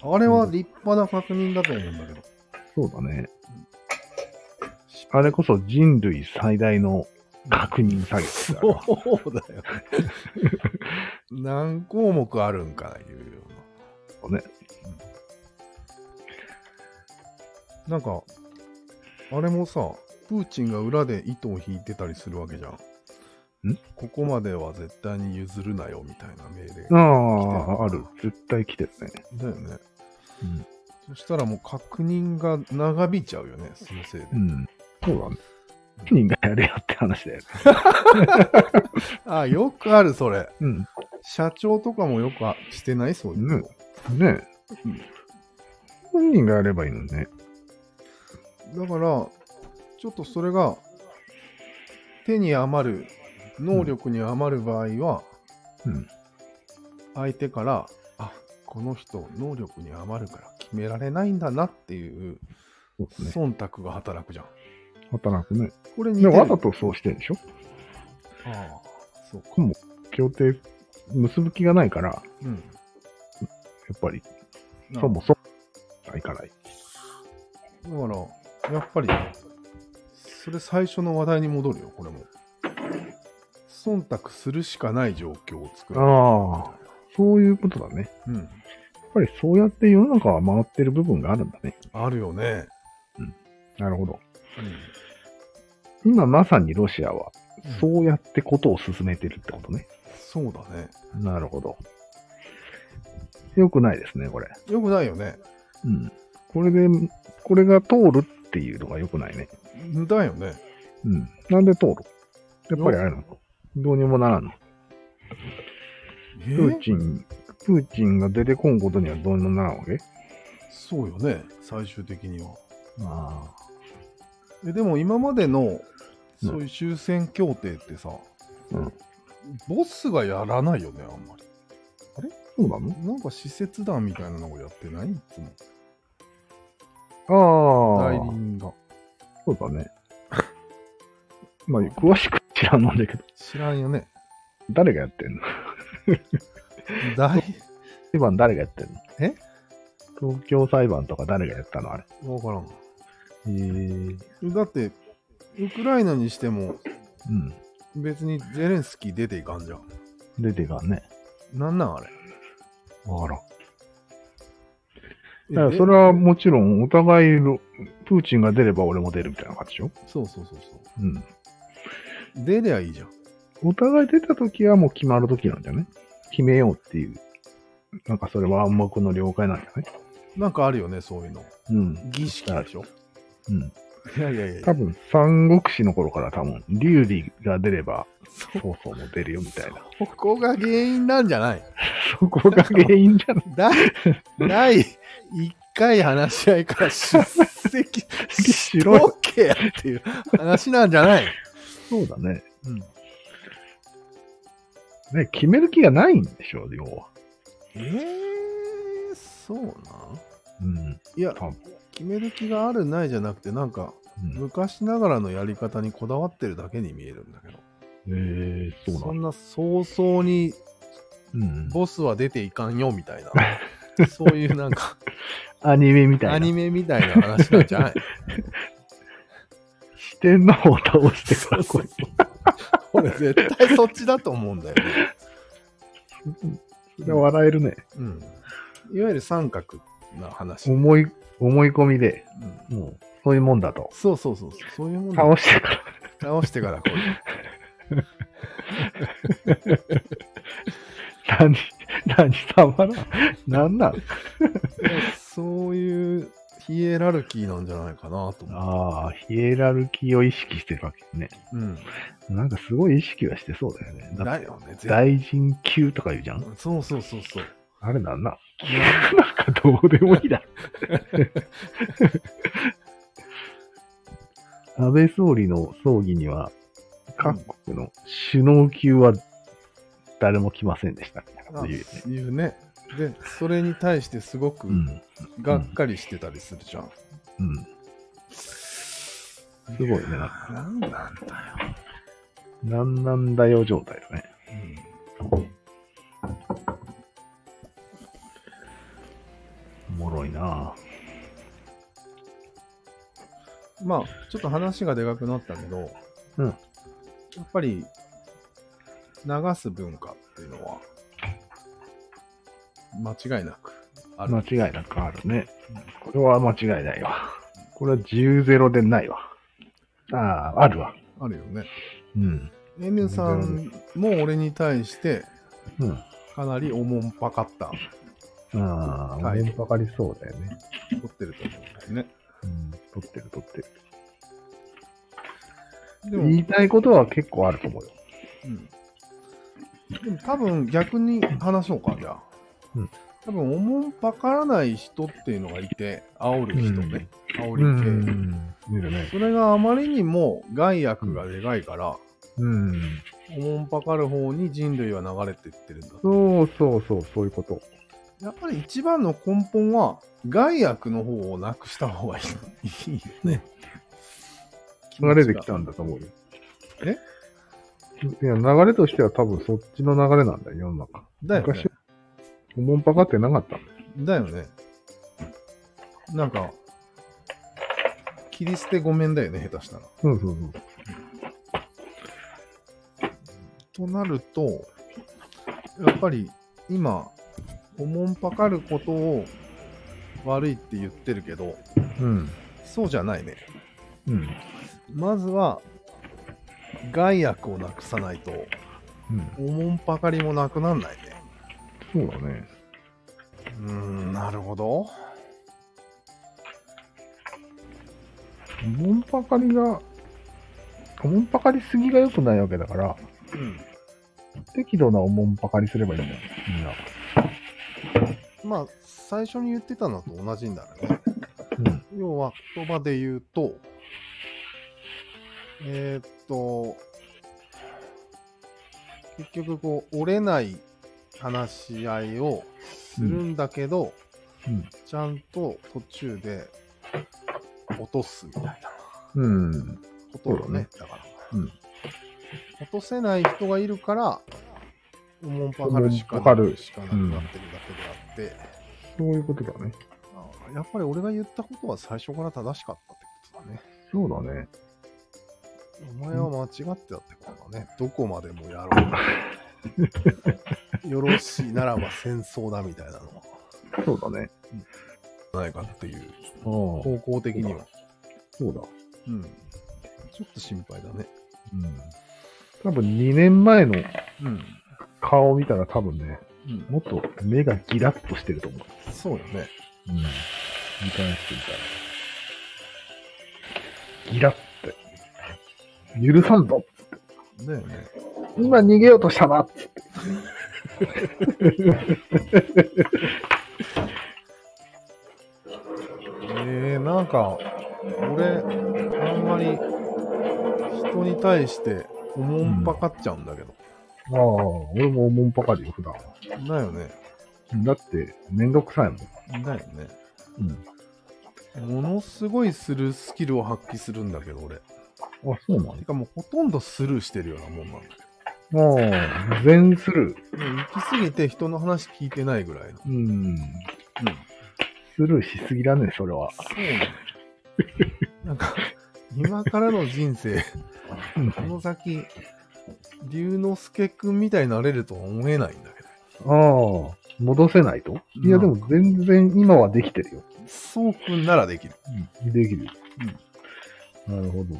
Speaker 1: そう。あれは立派な確認だと思うんだけど。
Speaker 2: そうだね。あれこそ人類最大の確認作業ですよあれは
Speaker 1: そうだよ。 何項目あるんかな、いうような。
Speaker 2: ね
Speaker 1: うんなんか、あれもさ、プーチンが裏で糸を引いてたりするわけじゃん。
Speaker 2: ん
Speaker 1: ここまでは絶対に譲るなよみたいな命令。
Speaker 2: ああ、ある。絶対来てるね。
Speaker 1: だよね。
Speaker 2: うん
Speaker 1: そしたらもう確認が長引いちゃうよね、そのせいで。
Speaker 2: うん。そうだね。人がやれよって話だよね。
Speaker 1: あ、よくある、それ。
Speaker 2: うん。
Speaker 1: 社長とかもよくあしてないそういうの。
Speaker 2: ねえ。本人がやればいいのにね。
Speaker 1: だから、ちょっとそれが、手に余る、能力に余る場合は、
Speaker 2: うん
Speaker 1: 相手から、あ、この人、能力に余るから決められないんだなっていう、
Speaker 2: そうですね。
Speaker 1: 忖度が働くじゃん。
Speaker 2: 働くね。
Speaker 1: これに
Speaker 2: でもわざとそうしてるんでしょ
Speaker 1: ああ、そうか。
Speaker 2: もう協定結ぶ気がないから、や
Speaker 1: うん。
Speaker 2: っぱり、そもそも、いかない。
Speaker 1: だから、やっぱり、それ最初の話題に戻るよ、これも。忖度するしかない状況を作る。
Speaker 2: ああ、そういうことだね。
Speaker 1: うん。
Speaker 2: やっぱりそうやって世の中は回ってる部分があるんだね。
Speaker 1: あるよね。
Speaker 2: なるほど。
Speaker 1: うん。
Speaker 2: 今まさにロシアは
Speaker 1: うん、
Speaker 2: そうやってことを進めてるってことね。
Speaker 1: そうだね。
Speaker 2: なるほど。よくないですね、これ。
Speaker 1: よくないよね。
Speaker 2: うん。これで、これが通るっていうのがよくないね。
Speaker 1: だよね。
Speaker 2: うん。なんで通るやっぱりあれなのどうにもならんの。
Speaker 1: え
Speaker 2: プーチン、プーチンが出てこんことにはどうにもならんわけ
Speaker 1: そうよね。最終的には。
Speaker 2: あ
Speaker 1: えでも今までの、そういう終戦協定ってさ、
Speaker 2: うん
Speaker 1: ボスがやらないよね、あんまり。
Speaker 2: あ。そうなの
Speaker 1: なんか使節団みたいなのをやってないいつも。
Speaker 2: あ
Speaker 1: 代理
Speaker 2: あ。
Speaker 1: 人が。
Speaker 2: そうだね。まあ、詳しく知らんのんだけど、
Speaker 1: 知らんよね。
Speaker 2: 誰がやってんの
Speaker 1: 代
Speaker 2: 裁判誰がやってんの
Speaker 1: え
Speaker 2: 東京裁判とか誰がやったのあれ。
Speaker 1: わからん。
Speaker 2: へえ。うん。
Speaker 1: だって、ウクライナにしても、別にゼレンスキー出ていかんじゃん。
Speaker 2: 出てかんね。
Speaker 1: なんなんあれ。
Speaker 2: わからん。
Speaker 1: え
Speaker 2: だから
Speaker 1: で
Speaker 2: それはもちろん、お互いの、プーチンが出れば俺も出るみたいな感じでしょ
Speaker 1: そうそうそうそ
Speaker 2: うん。
Speaker 1: う。出りゃいいじゃん。
Speaker 2: お互い出た時はもう決まる時なんじゃない決めようっていう。なんかそれは暗黙の了解なんじゃない
Speaker 1: なんかあるよね、そういうの。
Speaker 2: うん。
Speaker 1: 儀式でしょ。
Speaker 2: うん。
Speaker 1: いやいやいや。
Speaker 2: 多分、三国志の頃から多分、劉備が出れば、
Speaker 1: そ
Speaker 2: 曹操も出るよみたい な。
Speaker 1: そこが原因なんじゃない
Speaker 2: そこが原因じゃない。
Speaker 1: 第、第1回話し合いから出席
Speaker 2: し ろよ
Speaker 1: ろけやっていう話なんじゃない、
Speaker 2: そうだね。
Speaker 1: うん、
Speaker 2: ね、決める気がないんでしょう、要は。
Speaker 1: えー、そうなん
Speaker 2: うん。
Speaker 1: いや
Speaker 2: 多分、
Speaker 1: 決める気があるないじゃなくて、なんか、
Speaker 2: うん
Speaker 1: 昔ながらのやり方にこだわってるだけに見えるんだけど、
Speaker 2: えー、そうな
Speaker 1: ん
Speaker 2: んだ。
Speaker 1: な早々に
Speaker 2: うん。
Speaker 1: ボスは出ていかんよみたい な、そういうなんか、
Speaker 2: アニメみた
Speaker 1: ア
Speaker 2: いな
Speaker 1: ニ。メみたいな話なんじゃない
Speaker 2: 視点の方を倒してか
Speaker 1: そ
Speaker 2: ら
Speaker 1: うそ
Speaker 2: こ
Speaker 1: うそう俺絶対そっちだと思うんだよね。
Speaker 2: れ。笑えるね。
Speaker 1: うん。いわゆる三角な話。
Speaker 2: 思い、思い込みで、
Speaker 1: うん
Speaker 2: もう、そういうもんだと。
Speaker 1: そうそうそうそう。そういうもんだ
Speaker 2: 倒してから。
Speaker 1: 倒してからこういう。
Speaker 2: 何、何様な。何なん
Speaker 1: そういうヒエラルキーなんじゃないかなと思
Speaker 2: ああ、ヒエラルキーを意識してるわけね。
Speaker 1: う。うん。
Speaker 2: なんかすごい意識はしてそうだよね。だっ
Speaker 1: だ
Speaker 2: て
Speaker 1: よね。絶対
Speaker 2: 大臣級とか言うじゃん
Speaker 1: そうそうそうそう。
Speaker 2: あれなん ななんかどうでもいいだ ろ。安倍総理の葬儀には、各国の首脳級は誰も来ませんでしたみたいなこと言うよね。
Speaker 1: あいうね。で、それに対してすごく
Speaker 2: うん。
Speaker 1: がっかりしてたりするじゃん。
Speaker 2: うん。
Speaker 1: す
Speaker 2: ごいね
Speaker 1: なんなんだよ。
Speaker 2: なんなんだよ状態だね。おもろいなぁ。
Speaker 1: まあ、ちょっと話がでかくなったけど、
Speaker 2: うん
Speaker 1: やっぱり、流す文化っていうのは、間違いなくある。
Speaker 2: 間違いなくあるね。これは間違いないわ。これは10ゼロでないわ。ああ、あるわ。
Speaker 1: あるよね。
Speaker 2: うん。
Speaker 1: N さんも俺に対して、
Speaker 2: うん。
Speaker 1: かなりおもんぱかった、
Speaker 2: ああ、
Speaker 1: はい
Speaker 2: 面ばかりそうだよね。
Speaker 1: 取ってると思うんだよね。
Speaker 2: うん。取ってる取ってる。
Speaker 1: でも、
Speaker 2: 言いたいことは結構あると思うよ。
Speaker 1: うんでも多分逆に話そうか、じゃあ。
Speaker 2: うん
Speaker 1: 多分、おもんぱからない人っていうのがいて、煽る人ね。煽り系。
Speaker 2: うん。見るね。
Speaker 1: それがあまりにも害悪がでかいから、
Speaker 2: うん。
Speaker 1: おもんぱかる方に人類は流れてってるんだ。
Speaker 2: そうそうそう、そういうこと。
Speaker 1: やっぱり一番の根本は、害悪の方をなくした方がいいいいよね。
Speaker 2: 流れできたんだと思うよ。
Speaker 1: え
Speaker 2: いや、流れとしては多分そっちの流れなんだよ、世の中。
Speaker 1: だよね
Speaker 2: 昔。おもんぱかってなかったんだよ。
Speaker 1: だよね。なんか、切り捨てごめんだよね、下手したら。
Speaker 2: そうそうそ
Speaker 1: と
Speaker 2: う。
Speaker 1: なると、やっぱり今、おもんぱかることを悪いって言ってるけど、
Speaker 2: うん。
Speaker 1: そうじゃないね。
Speaker 2: うん。
Speaker 1: まずは、害悪をなくさないと、
Speaker 2: うん。
Speaker 1: おもんぱかりもなくなんないね。
Speaker 2: そうだね。
Speaker 1: うーん、なるほど。
Speaker 2: おもんぱかりが、おもんぱかりすぎが良くないわけだから、
Speaker 1: うん。
Speaker 2: 適度なおもんぱかりすればいいんだよ、みんな。
Speaker 1: まあ、最初に言ってたのと同じんだろうね。
Speaker 2: うん。
Speaker 1: 要は言葉で言うと、えーっと、結局こう、折れない話し合いをするんだけど、
Speaker 2: うん
Speaker 1: ちゃんと途中で落とすみたいな
Speaker 2: うん。
Speaker 1: ことよね。だから、
Speaker 2: うん
Speaker 1: 落とせない人がいるから、おもんぱかるしか
Speaker 2: おもんぱかる
Speaker 1: しかなくなってるだけであって、
Speaker 2: そういうことだね。
Speaker 1: あーやっぱり俺が言ったことは最初から正しかったってことだね。
Speaker 2: そうだね。
Speaker 1: お前は間違ってたってことだね。どこまでもやろ う。よろしいならば戦争だみたいなのは
Speaker 2: そうだね。
Speaker 1: ないかっていう、
Speaker 2: ああ。そ
Speaker 1: 方向的には。
Speaker 2: うだ。
Speaker 1: うん。ちょっと心配だね。
Speaker 2: うん。多分2年前の
Speaker 1: うん。
Speaker 2: 顔を見たら多分ね、
Speaker 1: うん。
Speaker 2: もっと目がギラッとしてると思う。
Speaker 1: そうよね。
Speaker 2: うん。見返してみたら。ギラッて。許さんぞ
Speaker 1: だよね。
Speaker 2: 今逃げようとしたなって。
Speaker 1: えー、なんか、俺、あんまり人に対しておもんぱかっちゃうんだけど。
Speaker 2: ああ、俺もおもんぱかりよ、普段は。
Speaker 1: だよね。
Speaker 2: だって、めんどくさいもん。
Speaker 1: だよね。
Speaker 2: うん。
Speaker 1: ものすごいするスキルを発揮するんだけど、俺。
Speaker 2: あ、そうな
Speaker 1: てかもうほとんどスルーしてるようなもんなんだけど。
Speaker 2: のああ、全スルー。
Speaker 1: もう行き過ぎて人の話聞いてないぐらいの。
Speaker 2: うん。
Speaker 1: うん。
Speaker 2: スルーしすぎだね、それは。
Speaker 1: そうなの。なんか、今からの人生、
Speaker 2: うん
Speaker 1: この先、龍之介くんみたいになれるとは思えないんだけど。
Speaker 2: ああ、戻せないといや、
Speaker 1: な
Speaker 2: でも全然今はできてるよ。
Speaker 1: そうくんならできる。
Speaker 2: できる。なるほど。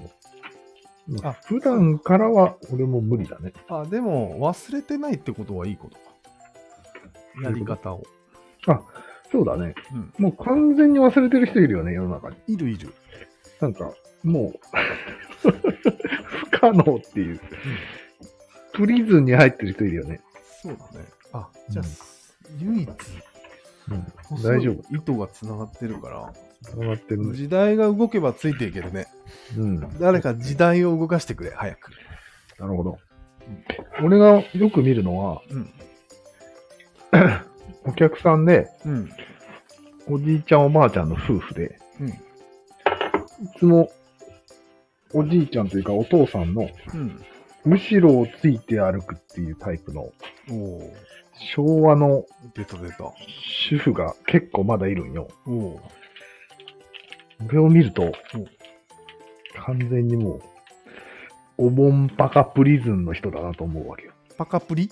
Speaker 1: あ
Speaker 2: あ、普段からは俺も無理だね。
Speaker 1: あ、でも、忘れてないってことはいいことか。やり方を。
Speaker 2: そうだね。
Speaker 1: うん。
Speaker 2: もう完全に忘れてる人いるよね、世の中に。
Speaker 1: いるいる。
Speaker 2: なんか、もう、 不可能っていう。プリズンに入ってる人いるよね。
Speaker 1: そうだね。あ、じゃあ、
Speaker 2: うん
Speaker 1: 唯一、細
Speaker 2: 大
Speaker 1: い
Speaker 2: 丈夫。
Speaker 1: 糸が繋がってるから、
Speaker 2: 上がってるね。
Speaker 1: 時代が動けばついていけるね。
Speaker 2: うん。な
Speaker 1: 誰か時代を動かしてくれ、早く。
Speaker 2: るほど。俺がよく見るのは、
Speaker 1: うん。
Speaker 2: お客さんで、
Speaker 1: うん。
Speaker 2: おじいちゃんおばあちゃんの夫婦で、
Speaker 1: うん。
Speaker 2: いつも、おじいちゃんというかお父さんの
Speaker 1: うん。
Speaker 2: 後ろをついて歩くっていうタイプの
Speaker 1: おお
Speaker 2: 昭和の
Speaker 1: 出た出た。お
Speaker 2: 主婦が結構まだいるんよ。
Speaker 1: お
Speaker 2: これを見ると
Speaker 1: うん、
Speaker 2: 完全にもう、お盆バカプリズンの人だなと思うわけよ。
Speaker 1: パカプリ